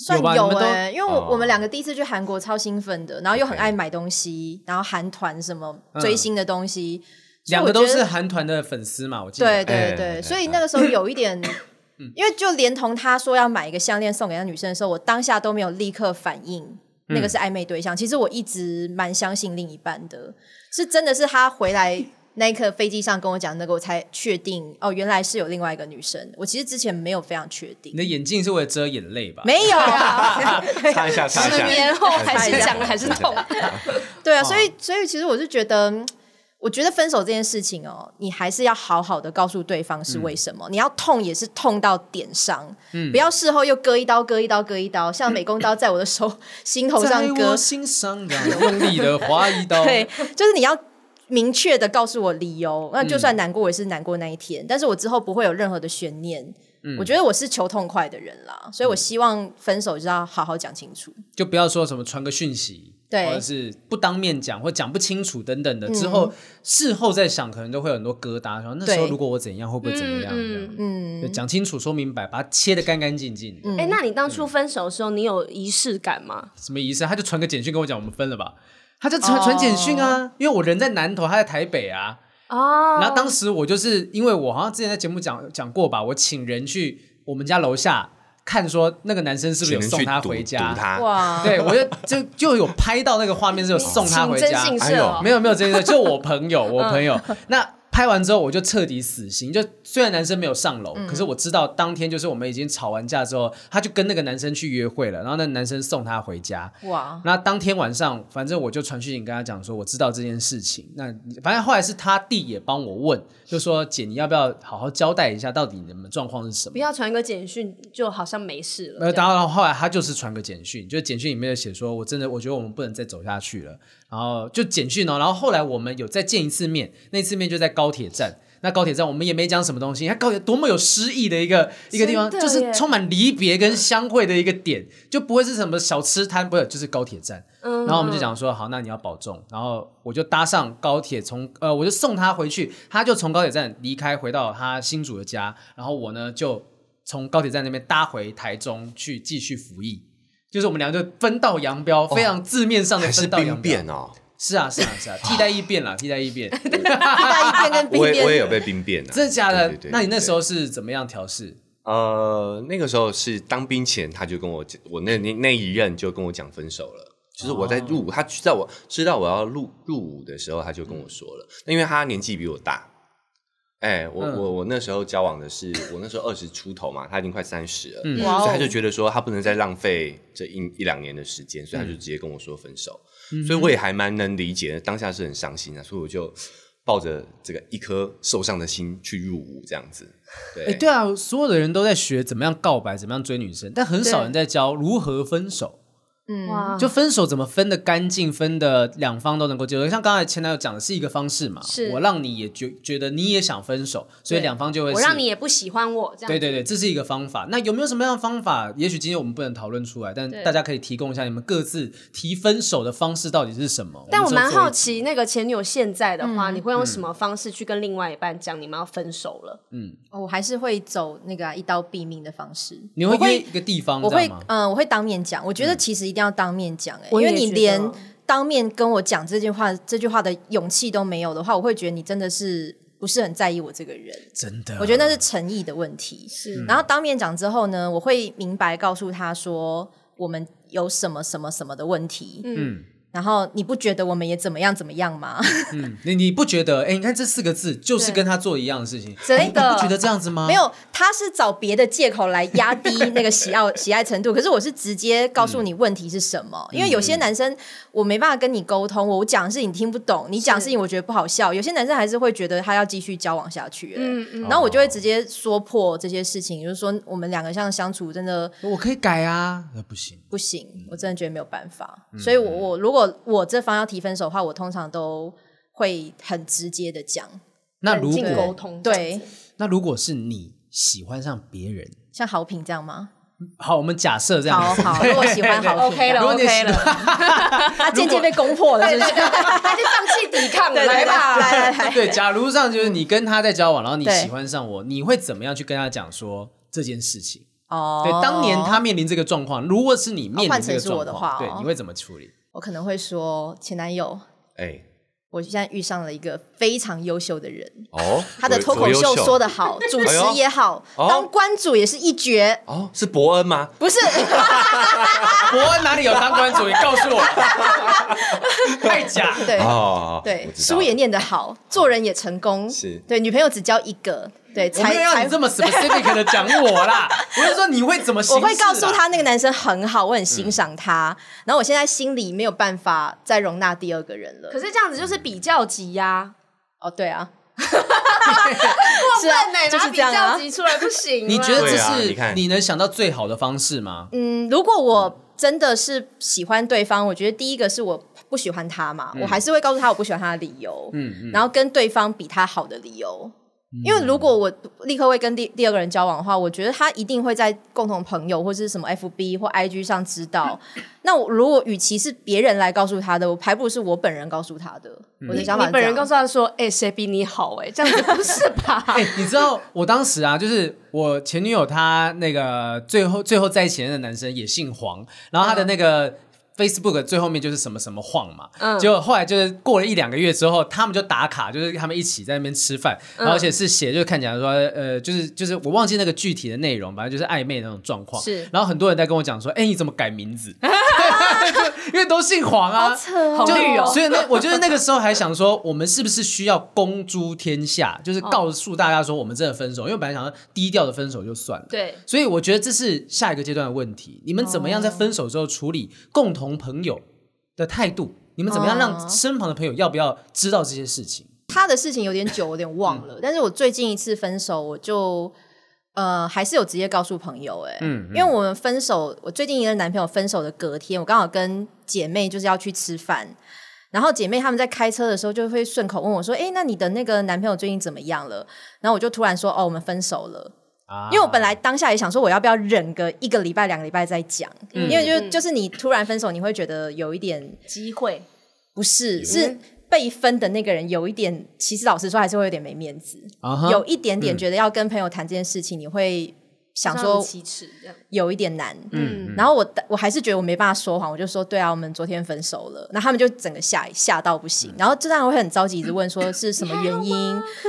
D: 算
C: 有吧你们都
D: 哎、因为我、
A: 哦
D: 我们两个第一次去韩国超兴奋的，然后又很爱买东西，然后韩团什么追星的东西，所以
C: 嗯两
D: 我
C: 个都
D: 觉
C: 是
D: 得
C: 韩团的粉丝嘛，我记
D: 对
C: 得。
A: 哎
D: 对
A: 哎
D: 对，
A: 哎
D: 所以那个时候有一 点，因为就连同他说要买一个项链送给那女生的时候，我当下都没有立刻反应。那个
C: 嗯
D: 是暧昧对象，其实我一直蛮相信另一半的，是真的是他回 来那一刻飞机上跟我讲那个，我才确定哦，原来是有另外一个女生。我其实之前没有非常确定
C: 你，的眼镜是为了遮眼泪吧？
D: 没有 啊，
A: 擦一下，擦一
B: 十
A: 下，
B: 年后还是
A: 擦一下
B: 讲的还是痛，
D: 对
A: 哦
D: 啊，所以所以其实我是觉得，嗯我觉得分手这件事情哦，你还是要好好的告诉对方
A: 嗯
D: 是为什么，你要痛也是痛到点上，不要事后又割一刀割一刀割一刀，
A: 嗯
D: 像美工刀在我的手 心头
C: 在
D: 上割
C: 我，心上这样用力的划一刀。
D: 对，就是你要。明确的告诉我理由，那就
A: 嗯
D: 算难过，我也是难过那一天。但是我之后不会有任何的悬念。
A: 嗯
D: 我觉得我是求痛快的人啦，所以我希望分手就要好好讲清楚。
C: 就不要说什么传个讯息，
D: 对
C: 或者是不当面讲或讲不清楚等等的，之
B: 嗯
C: 后事后再想，可能都会有很多疙瘩。然后那时候
D: 对
C: 如果我怎样，会不会怎么样？
B: 嗯
C: 嗯，就讲清楚，说明白，把它切的干干净净。
B: 哎、那你当初分手的时候，你有仪式感吗？
C: 什么意思？他就传个简讯跟我讲，我们分了吧。他就传传简讯啊，因为我人在南投，他在台北啊。
B: 哦，
C: 然后当时我就是因为我好像之前在节目讲讲过吧，我请人去我们家楼下看说那个男生是不是有
A: 只能
C: 送
A: 去
C: 她
A: 堵
C: 回家。
A: 堵他，
D: 哇，
C: 对，我就就就有拍到那个画面是有送她回
B: 请
C: 家
B: 真，信
A: 哎
B: 社
A: 呦
B: 哦
C: 没有没有这件事，就我朋友，我朋友那。拍完之后，我就彻底死心。就虽然男生没有上楼，可是我知道当天就是我们已经吵完架之后，他就跟那个男生去约会了，然后那个男生送她回家。
D: 哇，
C: 那当天晚上，反正我就传讯息跟他讲说，我知道这件事情。那你反正后来是他弟也帮我问，就说姐，你要不要好好交代一下，到底你们状况是什么
B: 不？要传个简讯，就好像没事了。
C: 呃，
B: 这样
C: 当然后来他就是传个简讯，就是简讯里面有写说，我真的我觉得我们不能再走下去了，然后就简讯哦，然后后来我们有再见一次面，那次面就在高铁站。那高铁站我们也没讲什么东西，你看高铁多么有诗意的一个一个地方，
B: 真
C: 就
B: 的耶
C: 是充满离别跟相会的一个点，就不会是什么小吃摊，不是就是高铁站。
B: 嗯
C: 然后我们就讲说好，那你要保重。然后我就搭上高铁从，呃，我就送他回去，他就从高铁站离开，回到他新竹的家。然后我呢就从高铁站那边搭回台中去继续服役，就是我们俩就分道扬镳，非常字面上的
A: 还是
C: 分道
A: 兵
C: 扬镳。
A: 变哦，
C: 是啊，是啊，是啊， 替代役变啦，替代役变，
D: 意大利面跟冰
A: 我也我也有
D: 变，
A: 被兵变啊，
C: 真的假的
A: 对对对？
C: 那你那
A: 对
C: 时候是怎么样调试？
A: 呃，那个时候是当兵前，他就跟我讲，我那那那一任就跟我讲分手了。就是我在入伍，他知道我知道我要入入伍的时候，他就跟我说了。那因为他年纪比我大，哎、我、
C: 嗯
A: 我我那时候交往的是我那时候二十出头嘛，他已经快三十了，
C: 嗯
A: 所以
D: 哇
A: 他
D: 哦
A: 就觉得说他不能再浪费这一一两年的时间，所以他就直接跟我说分手。所以我也还蛮能理解的，当下是很伤心啊的，所以我就抱着这个一颗受伤的心去入伍，这样子。对，
C: 哎，对啊，所有的人都在学怎么样告白，怎么样追女生，但很少
B: 对
C: 人在教如何分手。
D: 嗯，
B: 哇，
C: 就分手怎么分的干净，分的两方都能够接受。像刚才前男友讲的是一个方式嘛，
B: 是
C: 我让你也觉觉得你也想分手，所以
B: 对
C: 两方就会
B: 我
C: 是
B: 让你也不喜欢我这样。
C: 对对对，这是一个方法。那有没有什么样的方法？也许今天我们不能讨论出来，但
B: 对
C: 大家可以提供一下你们各自提分手的方式到底是什么。
B: 但我
C: 们
B: 蛮
C: 之后
B: 好
C: 做一
B: 奇，那个前女友现在的
D: 嗯
B: 话，你会用什么方式去跟另外一半讲你们要分手了？
D: 哦我还是会走那个啊一刀毙命的方式，
C: 你会
D: 我
C: 约一个地方，
D: 我
C: 这样
D: 会
C: 吗？嗯
D: 嗯、我会当面讲。我觉得其实一定要当面讲、欸，
B: 我
D: 因
B: 也
D: 为你
B: 觉得
D: 连当面跟我讲这句话这句话的勇气都没有的话，我会觉得你真的是不是很在意我这个人。
C: 真的，
D: 我觉得那是诚意的问题。
C: 嗯
B: 是
D: 然后当面讲之后呢，我会明白告诉他说我们有什么什么什么的问题。
B: 嗯
D: 嗯，然后你不觉得我们也怎么样怎么样吗？
C: 嗯你你不觉得？哎，你看这四个字就是
B: 对
C: 跟他做一样的事情，
D: 真
C: 哎你
D: 的
C: 不觉得这样子吗？
D: 没有，他是找别的借口来压低那个喜 爱喜爱程度。可是我是直接告诉你问题是什么，
B: 嗯
D: 因为有些男生我没办法跟你沟通，我讲的事情你听不懂，你讲的事情我觉得不好笑。有些男生还是会觉得他要继续交往下去、欸
B: 嗯嗯
D: 然后我就会直接说破这些事情，就是说我们两个像相处真的
C: 我可以改啊，那不行。
D: 不行，我真的觉得没有办法。
B: 嗯
D: 所以我，我如果我这方要提分手的话，我通常都会很直接的讲，
C: 那
B: 冷
C: 如
B: 静沟
C: 果
B: 通这样
D: 对
B: 子，，
C: 那如果是你喜欢上别人，
D: 像好评这样吗？
C: 好，我们假设这样，
D: 好 好，如果喜 欢好
B: OK
D: 评
B: 了
C: 如果你
B: ，OK 了，
D: 他渐渐被攻破了，是不是？
B: 他就放弃抵抗了，
D: 对对
B: 来
D: 对
B: 吧，
D: 来来来，
C: 对，假如上就是你跟他在交往，然后你
D: 嗯对
C: 喜欢上我，你会怎么样去跟他讲说这件事情？
D: 哦
C: 对，当年他面临这个状况，如果是你面临这个
D: 换成是我
C: 状
D: 的
C: 况，
D: 话哦
C: 对，你会怎么处理？
D: 我可能会说前男友，
A: 哎、
D: 我现在遇上了一个非常优秀的人，
A: 哦，
D: 他的
A: 我
D: 脱口秀说的好，主
A: 哎
D: 持
A: 呦
D: 也好，
A: 哦
D: 当关主也是一绝，
A: 哦，是伯恩吗？
D: 不是？
C: 啊伯恩哪里有当官主？你 告诉我，太假。
D: 对
A: 哦，
D: 对
A: 我，知道
D: 书也念得好，做人也成功，
A: 是
D: 对女朋友只交一个，对，
C: 我没
D: 才
C: 有让
D: 才
C: 你这么 specific 的讲我 啦，我是说你会怎么啊行
D: 我
C: 事啦？
D: 会告诉他那个男生很好，我很欣赏他，然后我现在心里没有办法再容纳第二个人了。
B: 可是这样子就是比较级呀、
D: 哦，对 啊，
B: 过
D: 是啊
B: 分呢，
D: 就
B: 拿
D: 是
B: 比
D: 这样啊
B: 较级出来不行 啦。
C: 你觉得这
A: 对啊
C: 是
A: 你看
C: 你能想到最好的方式吗？
D: 嗯，如果我真的是喜欢对方，我觉得第一个是我不喜欢他嘛，
B: 嗯
D: 我还是会告诉他我不喜欢他的理由，
C: 嗯嗯，
D: 然后跟对方比他好的理由。
B: 嗯
D: 因为如果我立刻会跟第第二个人交往的话，我觉得他一定会在共同朋友或是什么 FB 或 IG 上知 道。那我如果与其是别人来告诉他的，我还不如是我本人告诉他的。我的
B: 你
D: 想法
B: 你
D: 是
B: 本
D: 这样
B: 人告诉他说：“哎、谁比你好、哎，这样子不是吧？
C: 哎、你知道我当时啊，就是我前女友她那个最后最后在一起的那个男生也姓黄，然后他的那个。 Facebook 最后面就是什么什么晃嘛，
B: 嗯
C: 结果后来就是过了一两个月之后，他们就打卡，就是他们一起在那边吃饭，然
B: 嗯
C: 后而且是写，就是看起来说，呃，就是就是我忘记那个具体的内容，反正就是暧昧的那种状况。
B: 是
C: 然后很多人在跟我讲说，哎，你怎么改名字？ 就因为都姓黄啊，
D: 好
C: 就
B: 绿哦
C: 所以那我觉得那个时候还想说，我们是不是需要公诸天 下，就是告诉大家说我们真的分手？因为本来想要低调的分手就算了。
B: 对
C: 所以我觉得这是下一个阶段的问题，你们怎么样在分手之后处理共同朋友的态度？你们怎么样
D: 哦
C: 让身旁的朋友要不要知道这些事情？
D: 他的事情有点久，我有点忘
C: 嗯
D: 了。但是我最近一次分手，我就呃还是有直接告诉朋友、欸，哎、
C: 嗯
D: 因为我们分手，我最近一个男朋友分手的隔天，我刚好跟姐妹就是要去吃饭。然后姐妹她们在开车的时候就会顺口问我说：“哎，那你的那个男朋友最近怎么样了？”然后我就突然说：“哦，我们分手了。”
C: 啊
D: 因为我本来当下也想说，我要不要忍个一个礼拜、两个礼拜再讲，因为就
B: 嗯
D: 就是你突然分手，你会觉得有一点
B: 机会
D: 不是，是被分的那个人有一点，其实老实说还是会有点没面子，
C: 啊哈
D: 有一点点觉得要跟朋友谈这件事情，你会想
B: 上
D: 说
B: 启齿这样，
D: 有一点难。然后我我还是觉得我没办法说谎，我就说对啊，我们昨天分手了。那他们就整个吓吓到不行，然后这当然会很着急，一直问说是什么原因，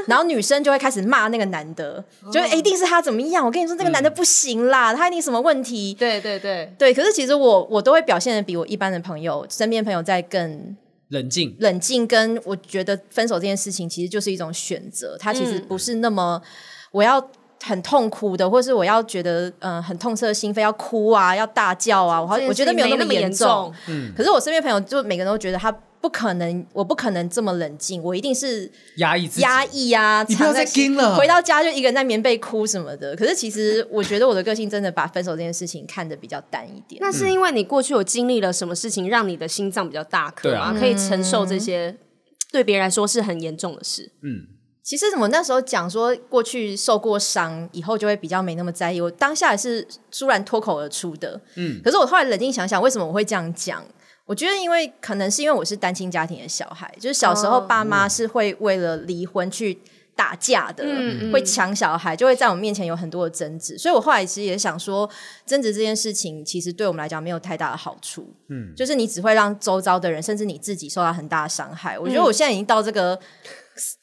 D: 然后女生就会开始骂那个男的，就是、诶一定是他怎么样，我跟你说这个男的不行啦，他一定什么问题。
B: 对对对，
D: 对，可是其实我我都会表现的比我一般的朋友、身边朋友在更
C: 冷静，
D: 冷静跟我觉得分手这件事情其实就是一种选择，它其实
B: 嗯
D: 不是那么我要很痛苦的，或是我要觉得嗯、呃很痛彻心扉，要哭啊，要大叫啊，我好
B: 这件
D: 我觉得
B: 事情
D: 没有
B: 没
D: 那
B: 那么
D: 么
B: 严
D: 严重
B: 重。嗯
D: 可是我身边朋友就每个人都觉得他不可能，我不可能这么冷静，我一定是
C: 压抑自己，
D: 压抑
B: 嗯
D: 啊，
C: 你不要
D: 藏在
C: 再
D: 心
C: 盯了
D: 回到家就一个人在棉被哭什么的。可是其实我觉得我的个性真的把分手这件事情看得比较淡一点。
B: 那
C: 嗯
B: 是因为你过去有经历了什么事情，让你的心脏比较大颗
C: 对
B: 嘛，
C: 啊
B: 可以承受这些对别人来说是很严重的事。
D: 其实我那时候讲说，过去受过伤，以后就会比较没那么在意。我当下也是突然脱口而出的，嗯。可是我后来冷静想想，为什么我会这样讲？我觉得，因为可能是因为我是单亲家庭的小孩，就是小时候
B: 哦
D: 爸妈是会为了离婚去打架的，
B: 嗯嗯
D: 会抢小孩，就会在我面前有很多的争执。所以我后来其实也想说，争执这件事情其实对我们来讲没有太大的好处，嗯，就是你只会让周遭的人，甚至你自己受到很大的伤害。我觉得我现在已经到这个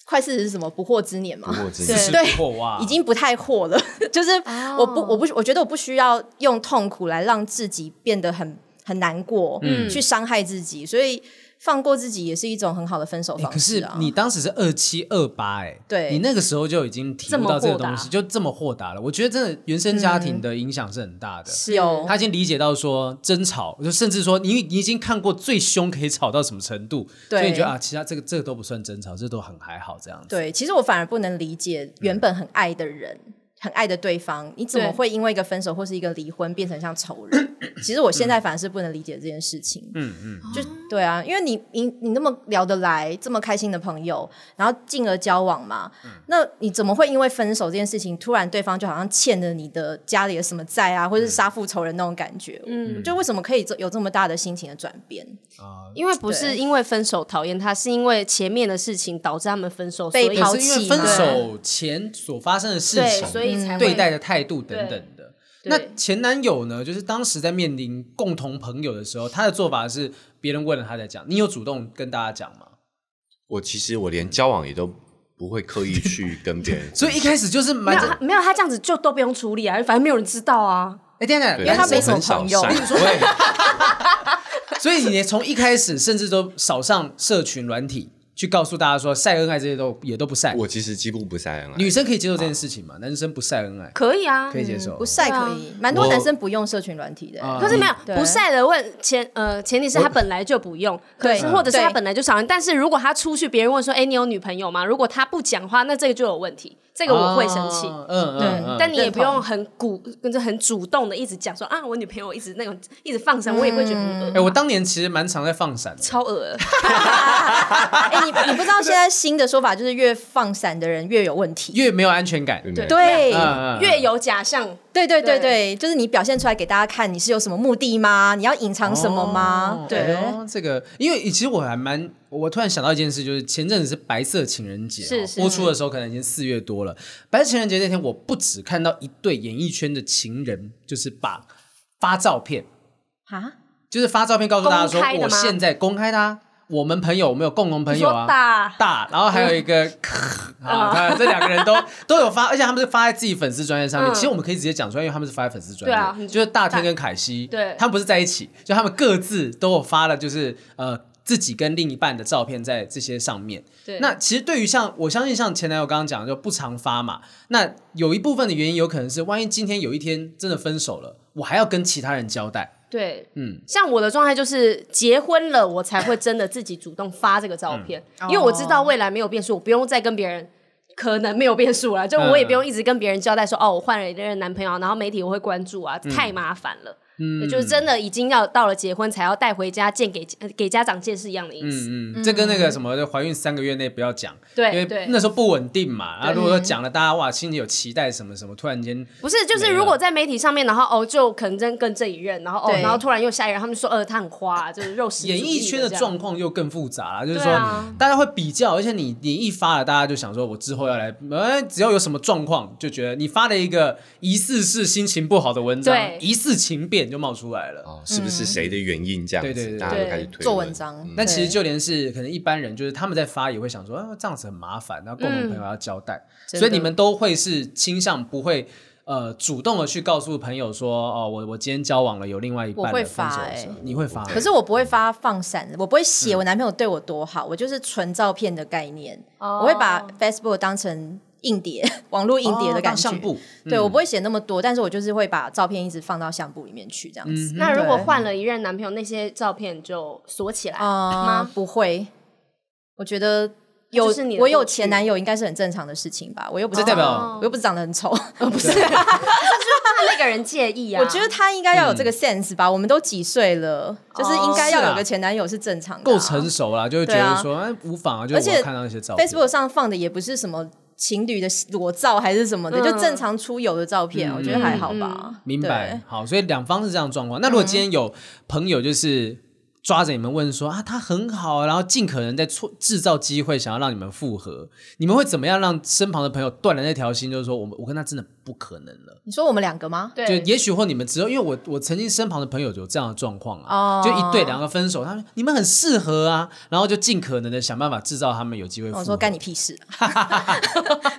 D: 快四十什么不惑之年嘛，
A: 我真
B: 对
A: 的
C: 是
D: 对
C: 破哇，
D: 已经不太惑了。 就是我不，我不，我觉得我不需要用痛苦来让自己变得很很难过，嗯，去伤害自己，所以放过自己也是一种很好的分手
C: 欸
D: 方
C: 可
D: 式
C: 是
D: 啊。
C: 你当时是二七二八，哎，
D: 对
C: 你那个时候就已经体悟到这个东西，
B: 这么豁达嗯
C: 就这么豁达了。我觉得真的原生家庭的影响是很大的。
D: 有
C: 他已经理解到说争吵，就甚至说你你已经看过最凶可以吵到什么程度，
D: 对
C: 所以你觉得啊，其他这个这个都不算争吵，这都很还好这样子。
D: 对，其实我反而不能理
C: 嗯
D: 解原本很爱的人。很爱的对方，你怎么
B: 对
D: 会因为一个分手或是一个离婚变成像仇人？ 其实我现在反而是不能理解这件事情。
C: 嗯嗯，
D: 就对啊，因为你你你那么聊得来，这么开心的朋友，然后进而交往嘛，
C: 嗯
D: 那你怎么会因为分手这件事情，突然对方就好像欠了你的家里的什么债啊，
C: 嗯
D: 或者是杀父仇人那种感觉？嗯，就为什么可以这有这么大的心情的转变？
C: 嗯
B: 因为不是因为分手讨厌他，是因为前面的事情导致他们分手，
D: 被
B: 所以
D: 抛
C: 也是因为
D: 弃
C: 分
D: 嘛
C: 手前所发生的事
B: 对，
C: 情，
B: 所以才会
C: 对待的态度等等的。
B: 对
C: 那前男友呢？就是当时在面临共同朋友的时候，他的做法是别人问了他才讲。你有主动跟大家讲吗？，
A: 我其实我连交往也都不会刻意去跟别 人
C: 所以一开始就是
B: 没
C: 蛮
B: 有
C: 正
B: 他没有他这样子就都不用处理啊，反正没有人知道啊。
C: 哎，等一下，
A: 对
D: 因为他没
A: 我
D: 什么
A: 很少
D: 朋友
A: 晒
C: 对，所以你连从一开始甚至都少上社群软体，去告诉大家说晒恩爱这些都也都不晒。
A: 我其实几乎不啊晒恩爱。
C: 女生可以接受这件事情吗？男生不晒恩爱
B: 可以啊，
C: 可以接受
D: 不？晒可以，蛮多
A: 我
D: 男生不用社群软体的、
C: 哦啊
B: 可是没有
D: 对
B: 不晒的问前呃前提是他本来就不用，可
D: 对
B: 是或者是
D: 对
B: 他本来就少人，但是如果他出去别人问说哎你有女朋友吗？如果他不讲话，那这个就有问题，这
C: 这
B: 个我会生气。
C: 嗯嗯
D: 对
C: 嗯，
B: 但你也
D: 哦认
B: 不
D: 同
B: 用很鼓，跟着很主动的一直讲说啊，我女朋友一直那种一直放闪，我也会觉得
D: 嗯
B: 很恶
C: 哎，我当年其实蛮常在放闪的。
B: 超恶的。
D: 哎、你你不知道现在新的说法就是越放闪的人越有问题。
C: 越没有安全感，
A: 对不
B: 对
D: 对，
C: 嗯嗯
B: 越有假象，
D: 对对对
B: 对
D: 对，就是你表现出来给大家看，你是有什么目的吗？你要隐藏什么吗？
C: 哦
D: 对，
C: 哎呦这个，因为其实我还蛮，我突然想到一件事，就是前阵子是白色情人节、哦，
B: 是是
C: 播出的时候可能已经四月多了。白色情人节那天，我不只看到一对演艺圈的情人，就是把发照片。
D: 啊，
C: 就是发照片告诉大家说
B: 公开的
C: 我
B: 吗
C: 现在公开的、啊，我们朋友我们有共同朋友啊
B: 你说。大
C: 大，然后还有一
B: 嗯
C: 个啊，他这两个 人都都有发，而且他们是发在自己粉丝专业上面。
B: 嗯
C: 其实我们可以直接讲出来，因为他们是发在粉丝专业，
B: 对啊很
C: 就是大天跟凯西，
B: 对
C: 他们不是在一起，就他们各自都有发了，就是呃自己跟另一半的照片在这些上面。
B: 对
C: 那其实对于像我相信像前男友刚刚讲的，就不常发嘛。那有一部分的原因有可能是，万一今天有一天真的分手了，我还要跟其他人交代。
B: 对，嗯，像我的状态就是结婚了，我才会真的自己主动发这个照片，
C: 嗯
B: 因为我知道未来没有变数，我不用再跟别人。可能没有变数了，就
C: 嗯
B: 我也不用一直跟别人交代说、哦，我换了一个人男朋友，然后媒体我会关注啊，太麻烦了。嗯，就是真的已经要到了结婚才要带回家见给呃给家长见是一样的意思。
C: 嗯嗯，这跟那个什么怀孕三个月内不要讲，
B: 对
C: 因为
B: 对
C: 那时候不稳定嘛。啊然后如果说讲了，大家哇心里有期待什么什么，突然间
B: 不是，就是如果在媒体上面，然后哦，就可能跟跟这一任，然后哦，
D: 对
B: 然后突然又下一任，他们就说呃，他很花、就是肉食主
C: 演
B: 义
C: 艺圈的
B: 这样
C: 状况又更复杂了，就是说
B: 对啊
C: 大家会比较，而且你你一发了，大家就想说我之后要来，呃，只要有什么状况，就觉得你发了一个疑似是心情不好的文章
B: 对，
C: 疑似情变就冒出来了。
A: 哦，是不是谁的原因这样
C: 嗯对对
A: 子，
C: 对
A: 大家
B: 对
A: 都开始推
D: 嗯做文章
A: 嗯
C: 那其实就连是可能一般人，就是他们在发也会想说，啊，这样子很麻烦，然后共同朋友要交代，
D: 嗯真的
C: 所以你们都会是倾向不会呃主动的去告诉朋友说，哦，我我今天交往了，有另外一半了
D: 我会
C: 分手
D: 发
C: 了
D: 欸
C: 你会发，
D: 可是我不会发放闪，我不会写我男朋友对我多好，我就是纯照片的概念，
B: 哦
D: 我会把 Facebook 当成硬碟，网络硬碟的感
C: 哦当
D: 觉。
C: 相簿，
D: 对，我不会写那么多，但是我就是会把照片一直放到相簿里面去，这样子。
B: 那如果
D: 对
B: 换了一任男朋友，那些照片就锁起来
D: 啊、
B: 吗？
D: 不会，我觉得有
B: 嗯就是你的
D: 我有
B: 过去哦
D: 前男友应该是很正常的事情吧，我又不是
C: 这代表
D: 我又不是长得很丑，不
B: 啊
D: 是，
B: 怕那个人介意啊？
D: 我觉得他应该要有这个 sense 吧，我们都几岁了，就是
B: 哦
D: 应该
C: 嗯是
D: 要
C: 啊
D: 有个前男友是正常的、啊
C: 够成。熟了，就会觉
D: 对啊
C: 得说，哎、无妨啊，就
D: 而
C: 是
D: 且
C: 我看到一些照片
D: Facebook 上放的也不是什么情侣的裸照还是什么的，
B: 嗯
D: 就正常出游的照片，我觉得还好吧。
C: 嗯明白，好，所以两方是这样的状况。那如果今天有朋友就是抓着你们问说、啊，他很好，然后尽可能在错制造机会，想要让你们复合，你们会怎么样让身旁的朋友断了那条心？就是说我们我跟他真的不可能了。
D: 你说我们两个吗？
B: 对，
C: 就也许或你们只有，因为我我曾经身旁的朋友有这样的状况啊，
D: 哦
C: 就一对两个分手，他们你们很适合啊，然后就尽可能的想办法制造他们有机会复合。
D: 我哦说干你屁事、啊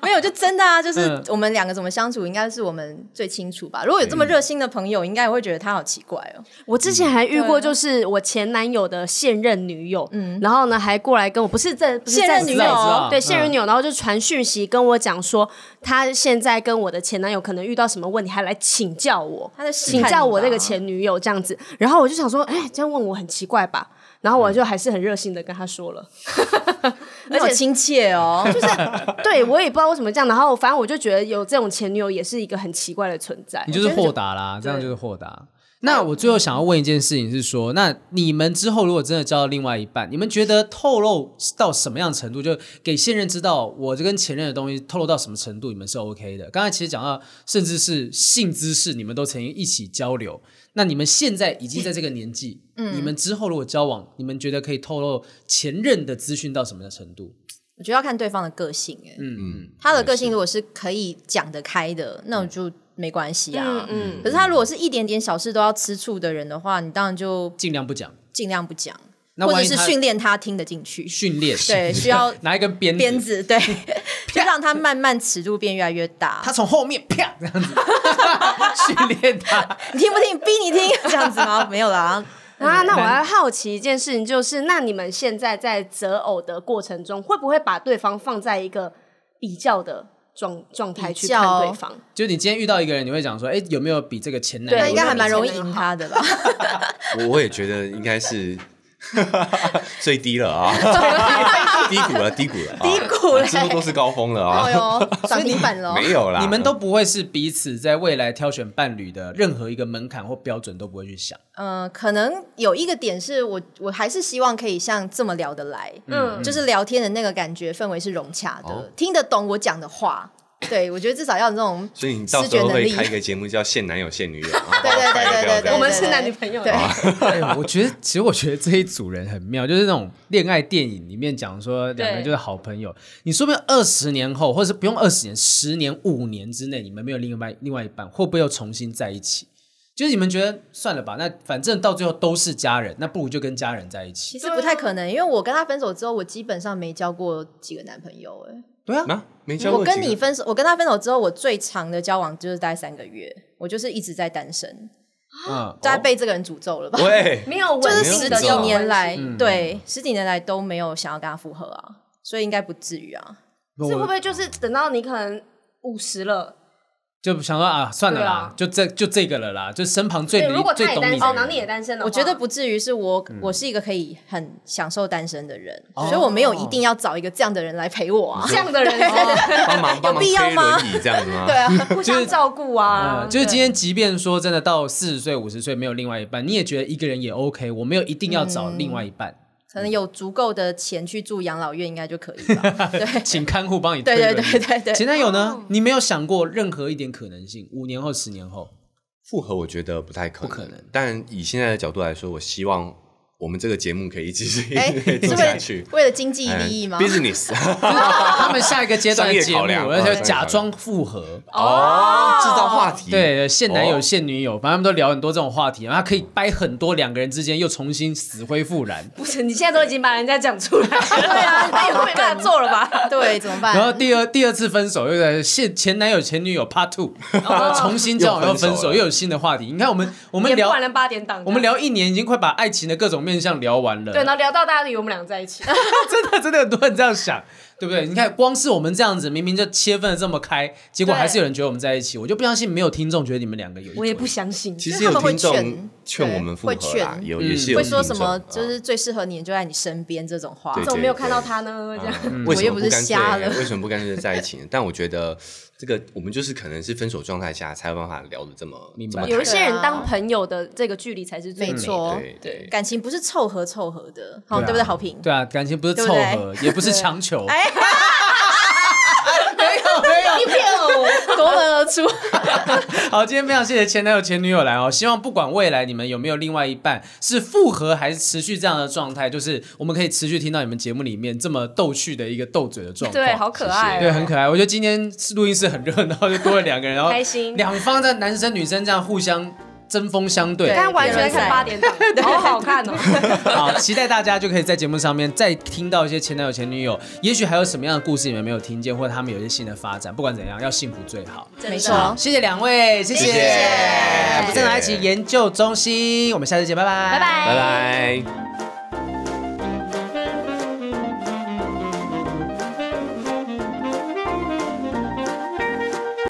D: 没有，就真的啊，就是
C: 嗯
D: 我们两个怎么相处，应该是我们最清楚吧。如果有这
C: 嗯
D: 么热心的朋友，应该也会觉得他好奇怪哦。
B: 我之前还遇
D: 嗯
B: 过，就是我前男友的现任女友，然后呢还过来跟我，不是这不是
D: 现任
B: 在
D: 女
C: 友知道知道
B: 对
C: 嗯
B: 现任女友，然后就传讯息跟我讲说，她现在跟我的前男友可能遇到什么问题，还来请教我，
D: 他在试探
B: 请
D: 你吧
B: 教我那个前女友这样子，然后我就想说，哎，这样问我很奇怪吧？然后我就还是很热心的跟他说 了，
D: 而且亲切哦，就是
B: 对我也不知道为什么这样，然后反正我就觉得有这种前女友也是一个很奇怪的存在
C: 你。就是豁达啦，这样就是豁达。那我嗯最后想要问一件事情是说，那你们之后如果真的交到另外一半，你们觉得透露到什么样程度，就给现任知道我这跟前任的东西透露到什么程度，你们是 OK 的？刚才其实讲到，甚至是性知识，你们都曾经一起交流。那你们现在已经在这个年纪，你们之后如果交往，你们觉得可以透露前任的资讯到什么的程度？
D: 我觉得要看对方的个性哎、
A: 嗯，
D: 他的个性如果是可以讲得开的，那我
C: 嗯
D: 就没关系啊。
B: 嗯，
D: 可是他如果是一点点小事都要吃醋的人的话，你当然就
C: 尽量不讲，
D: 尽量不讲，
C: 那
D: 或
C: 万
D: 者
C: 一
D: 是
C: 他
D: 训练他听得进 去。
C: 训练，
D: 对，需要
C: 拿一根鞭
D: 鞭
C: 子，
D: 子， 对，就让他慢慢尺度变越来越大。
C: 他从后面啪这样子 训练他。
D: 你听不听？逼你听，这样子吗？没有啦，
B: 啊，那我还好奇一件事情，就是那你们现在在择偶的过程中，会不会把对方放在一个比较的状状态去
D: 比较
B: 看对方？
C: 就你今天遇到一个人，你会讲说，哎、有没有比这个前男友？
B: 对
D: 那应该还
B: 我觉得
D: 蛮容易
B: 以前
D: 赢
B: 很好
D: 他的吧？
A: 我我也觉得应该 是最低了啊， 低谷了，低谷了，低
D: 谷嘞
A: 几乎都是高峰了
D: 哦
A: 啊，
D: 哟， 涨停板喽！
A: 没有啦，
C: 你们都不会是彼此在未来挑选伴侣的任何一个门槛或标准都不会去 想。
D: 嗯，可能有一个点是我，我还是希望可以像这么聊得来，
B: 嗯，
D: 就是聊天的那个感觉氛围是融洽的，
A: 哦
D: 听得懂我讲的话。对，我觉得至少要有那 种
A: 所以你到
D: 视
A: 时
D: 觉
A: 候
D: 能
A: 会
D: 力。，
A: 开一个节目叫《现男友现女友》啊
D: 对对对对对对
B: 我们是男女朋友，
D: 对，
A: 哦
C: 哎我觉得，其实我觉得这一组人很妙，就是那种恋爱电影里面讲说两个人就是好朋友。你说不定二十年后，或者是不用二十年，十年、五年之内，你们没有另一半，另外一半会不会又重新在一起？就是你们觉得算了吧，那反正到最后都是家人，那不如就跟家人在一
D: 其
C: 起。
D: 实不太可能，因为我跟他分手之后，我基本上没交过几个男朋友、哎，
C: 对啊，
A: 啊，没交
D: 我
A: 过几个。
D: 跟你分手，我跟他分手之后，我最长的交往就是大概三个月，我就是一直在单身，
C: 嗯，
A: 哦
D: 大概被这个人诅咒了吧？
A: 喂，
B: 没有
D: 就
B: 稳
A: 没
D: 是
A: 有诅
D: 十
B: 定的
A: 咒
D: 几
A: 啊
D: 年来，
C: 嗯
D: 对，十几年来都没有想要跟他复合啊，所以应该不至于啊。
C: 我
B: 是会不会就是等到你可能呃五十了，
C: 就想说啊，算了
B: 对啊
C: 啦，就这就这个了啦，就身旁最
B: 对，
C: 理
B: 如果
C: 最
B: 他也
C: 懂
B: 单
C: 你
B: 身，
C: 的
B: 然后
C: 人
B: 你也单身的话，
D: 我觉得不至于是我，我是一个可以很享受单身的人，
C: 哦
D: 所以我没有一定要找一个这样的人来陪我 啊
B: 这。样的人是，
A: 帮忙帮忙
D: 必
A: 推
D: 要吗
A: 轮椅这样子吗？
B: 对啊，互相照顾啊
C: 嗯，，就是今天，即便说真的到四十岁、五十岁没有另外一半，你也觉得一个人也 OK，我没有一定要找另外一半，
D: 可能有足够的钱去住养老院，应该就可以吧？对，
B: 嗯
C: 请看护 帮你推
D: 对对
C: 轮椅。
D: 对对
C: 前
D: 对，
C: 男友
B: 哦
C: 呢？你没有想过任何一点可能性？五年后、十年 后，
A: 复合我觉得不太可能，
C: 不可能
A: 但以现在的角度来说，我希望我们这个节目可以一直
D: 哎，
A: 做
D: 是为
A: 下
D: 了
A: 去。
D: 为了经济利益 E 吗
A: 哎？？Business
C: 他们下一个阶段的节目，
A: 商业考量嗯
C: 而
A: 商业
C: 且
A: 考量
C: 假装复合。
A: 哦，制造话题。
C: 对，现男友、
A: 哦
C: 现女友，反正他们都聊很多这种话题，然后他可以掰很多两个人之间又重新死灰复燃。
B: 不是你现在都已经把人家讲出来了，对 啊，那也没办法做了吧？
D: 对，怎么办？
C: 然后第二第二次分手又在现前男友前女友 Part Two，然后重新交往又分
A: 又分手
C: 手
A: 了
C: 又有新的话题。你看我们我们
B: 哦也不
C: 聊
B: 玩了八点档，
C: 我们聊一年已经快把爱情的各种面向聊完了。
B: 对，然后聊到大家以为我们俩在一起，
C: 真的真的很多人这样想，对不对？你看，光是我们这样子，明明就切分的这么开，结果
B: 对
C: 还是有人觉得我们在一起。我就不相信没有听众觉得你们两个有一腿。
B: 我也不相信，
A: 其
D: 就
A: 实
D: 是他
A: 有
D: 们会
A: 听众
D: 劝
A: 劝
D: 对
A: 我们复
D: 会
A: 合啦，
D: 劝
A: 有
C: 嗯
A: 也是有
D: 会说什
A: 听
D: 么
A: 众
D: 就是最适合你就在你身边这种话
A: 对，
B: 怎么没有看到他呢？这样。
A: 嗯为
D: 我
A: 什
D: 又
A: 么不
D: 不是
A: 干脆
D: 瞎了？
A: 为什么不干脆在一起呢？ 但我觉得这个我们就是可能是分手状态下才有办法聊的这么
C: 明白
A: 这么
B: 有一
A: 开
B: 些人当朋友的这个距离才是最
D: 没
B: 美的
D: 错，
A: 对对
D: 感情不是凑合凑合的，好，
C: 对啊
D: 对不对？好评，
C: 对啊，啊感情不是
D: 对
C: 凑
D: 不对
C: 合，也不是强求。
D: 哎，
C: 没有没有，
D: 一片哦，夺门而出。
C: 好，今天非常谢谢前男友前女友来哦，希望不管未来你们有没有另外一半，是复合还是持续这样的状态，就是我们可以持续听到你们节目里面这么逗趣的一个斗嘴的状况。
B: 对，好可爱哦，
C: 对，很可爱。我觉得今天录音室很热闹，就多了两个人， 然后
B: 开心
C: 两方在男生女生这样互相针锋相对。
B: 刚刚完全在看八点档，好好看 哦。
C: 好，期待大家就可以在节目上面再听到一些前男友、前女友，也许还有什么样的故事你们没有听见，或者他们有一些新的发展。不管怎样，要幸福最好。
D: 没
B: 错
C: 好，谢谢两位，谢谢。
A: 谢谢
C: 不正常爱情研究中心，我们下次见，拜拜，
B: 拜拜
A: 拜拜。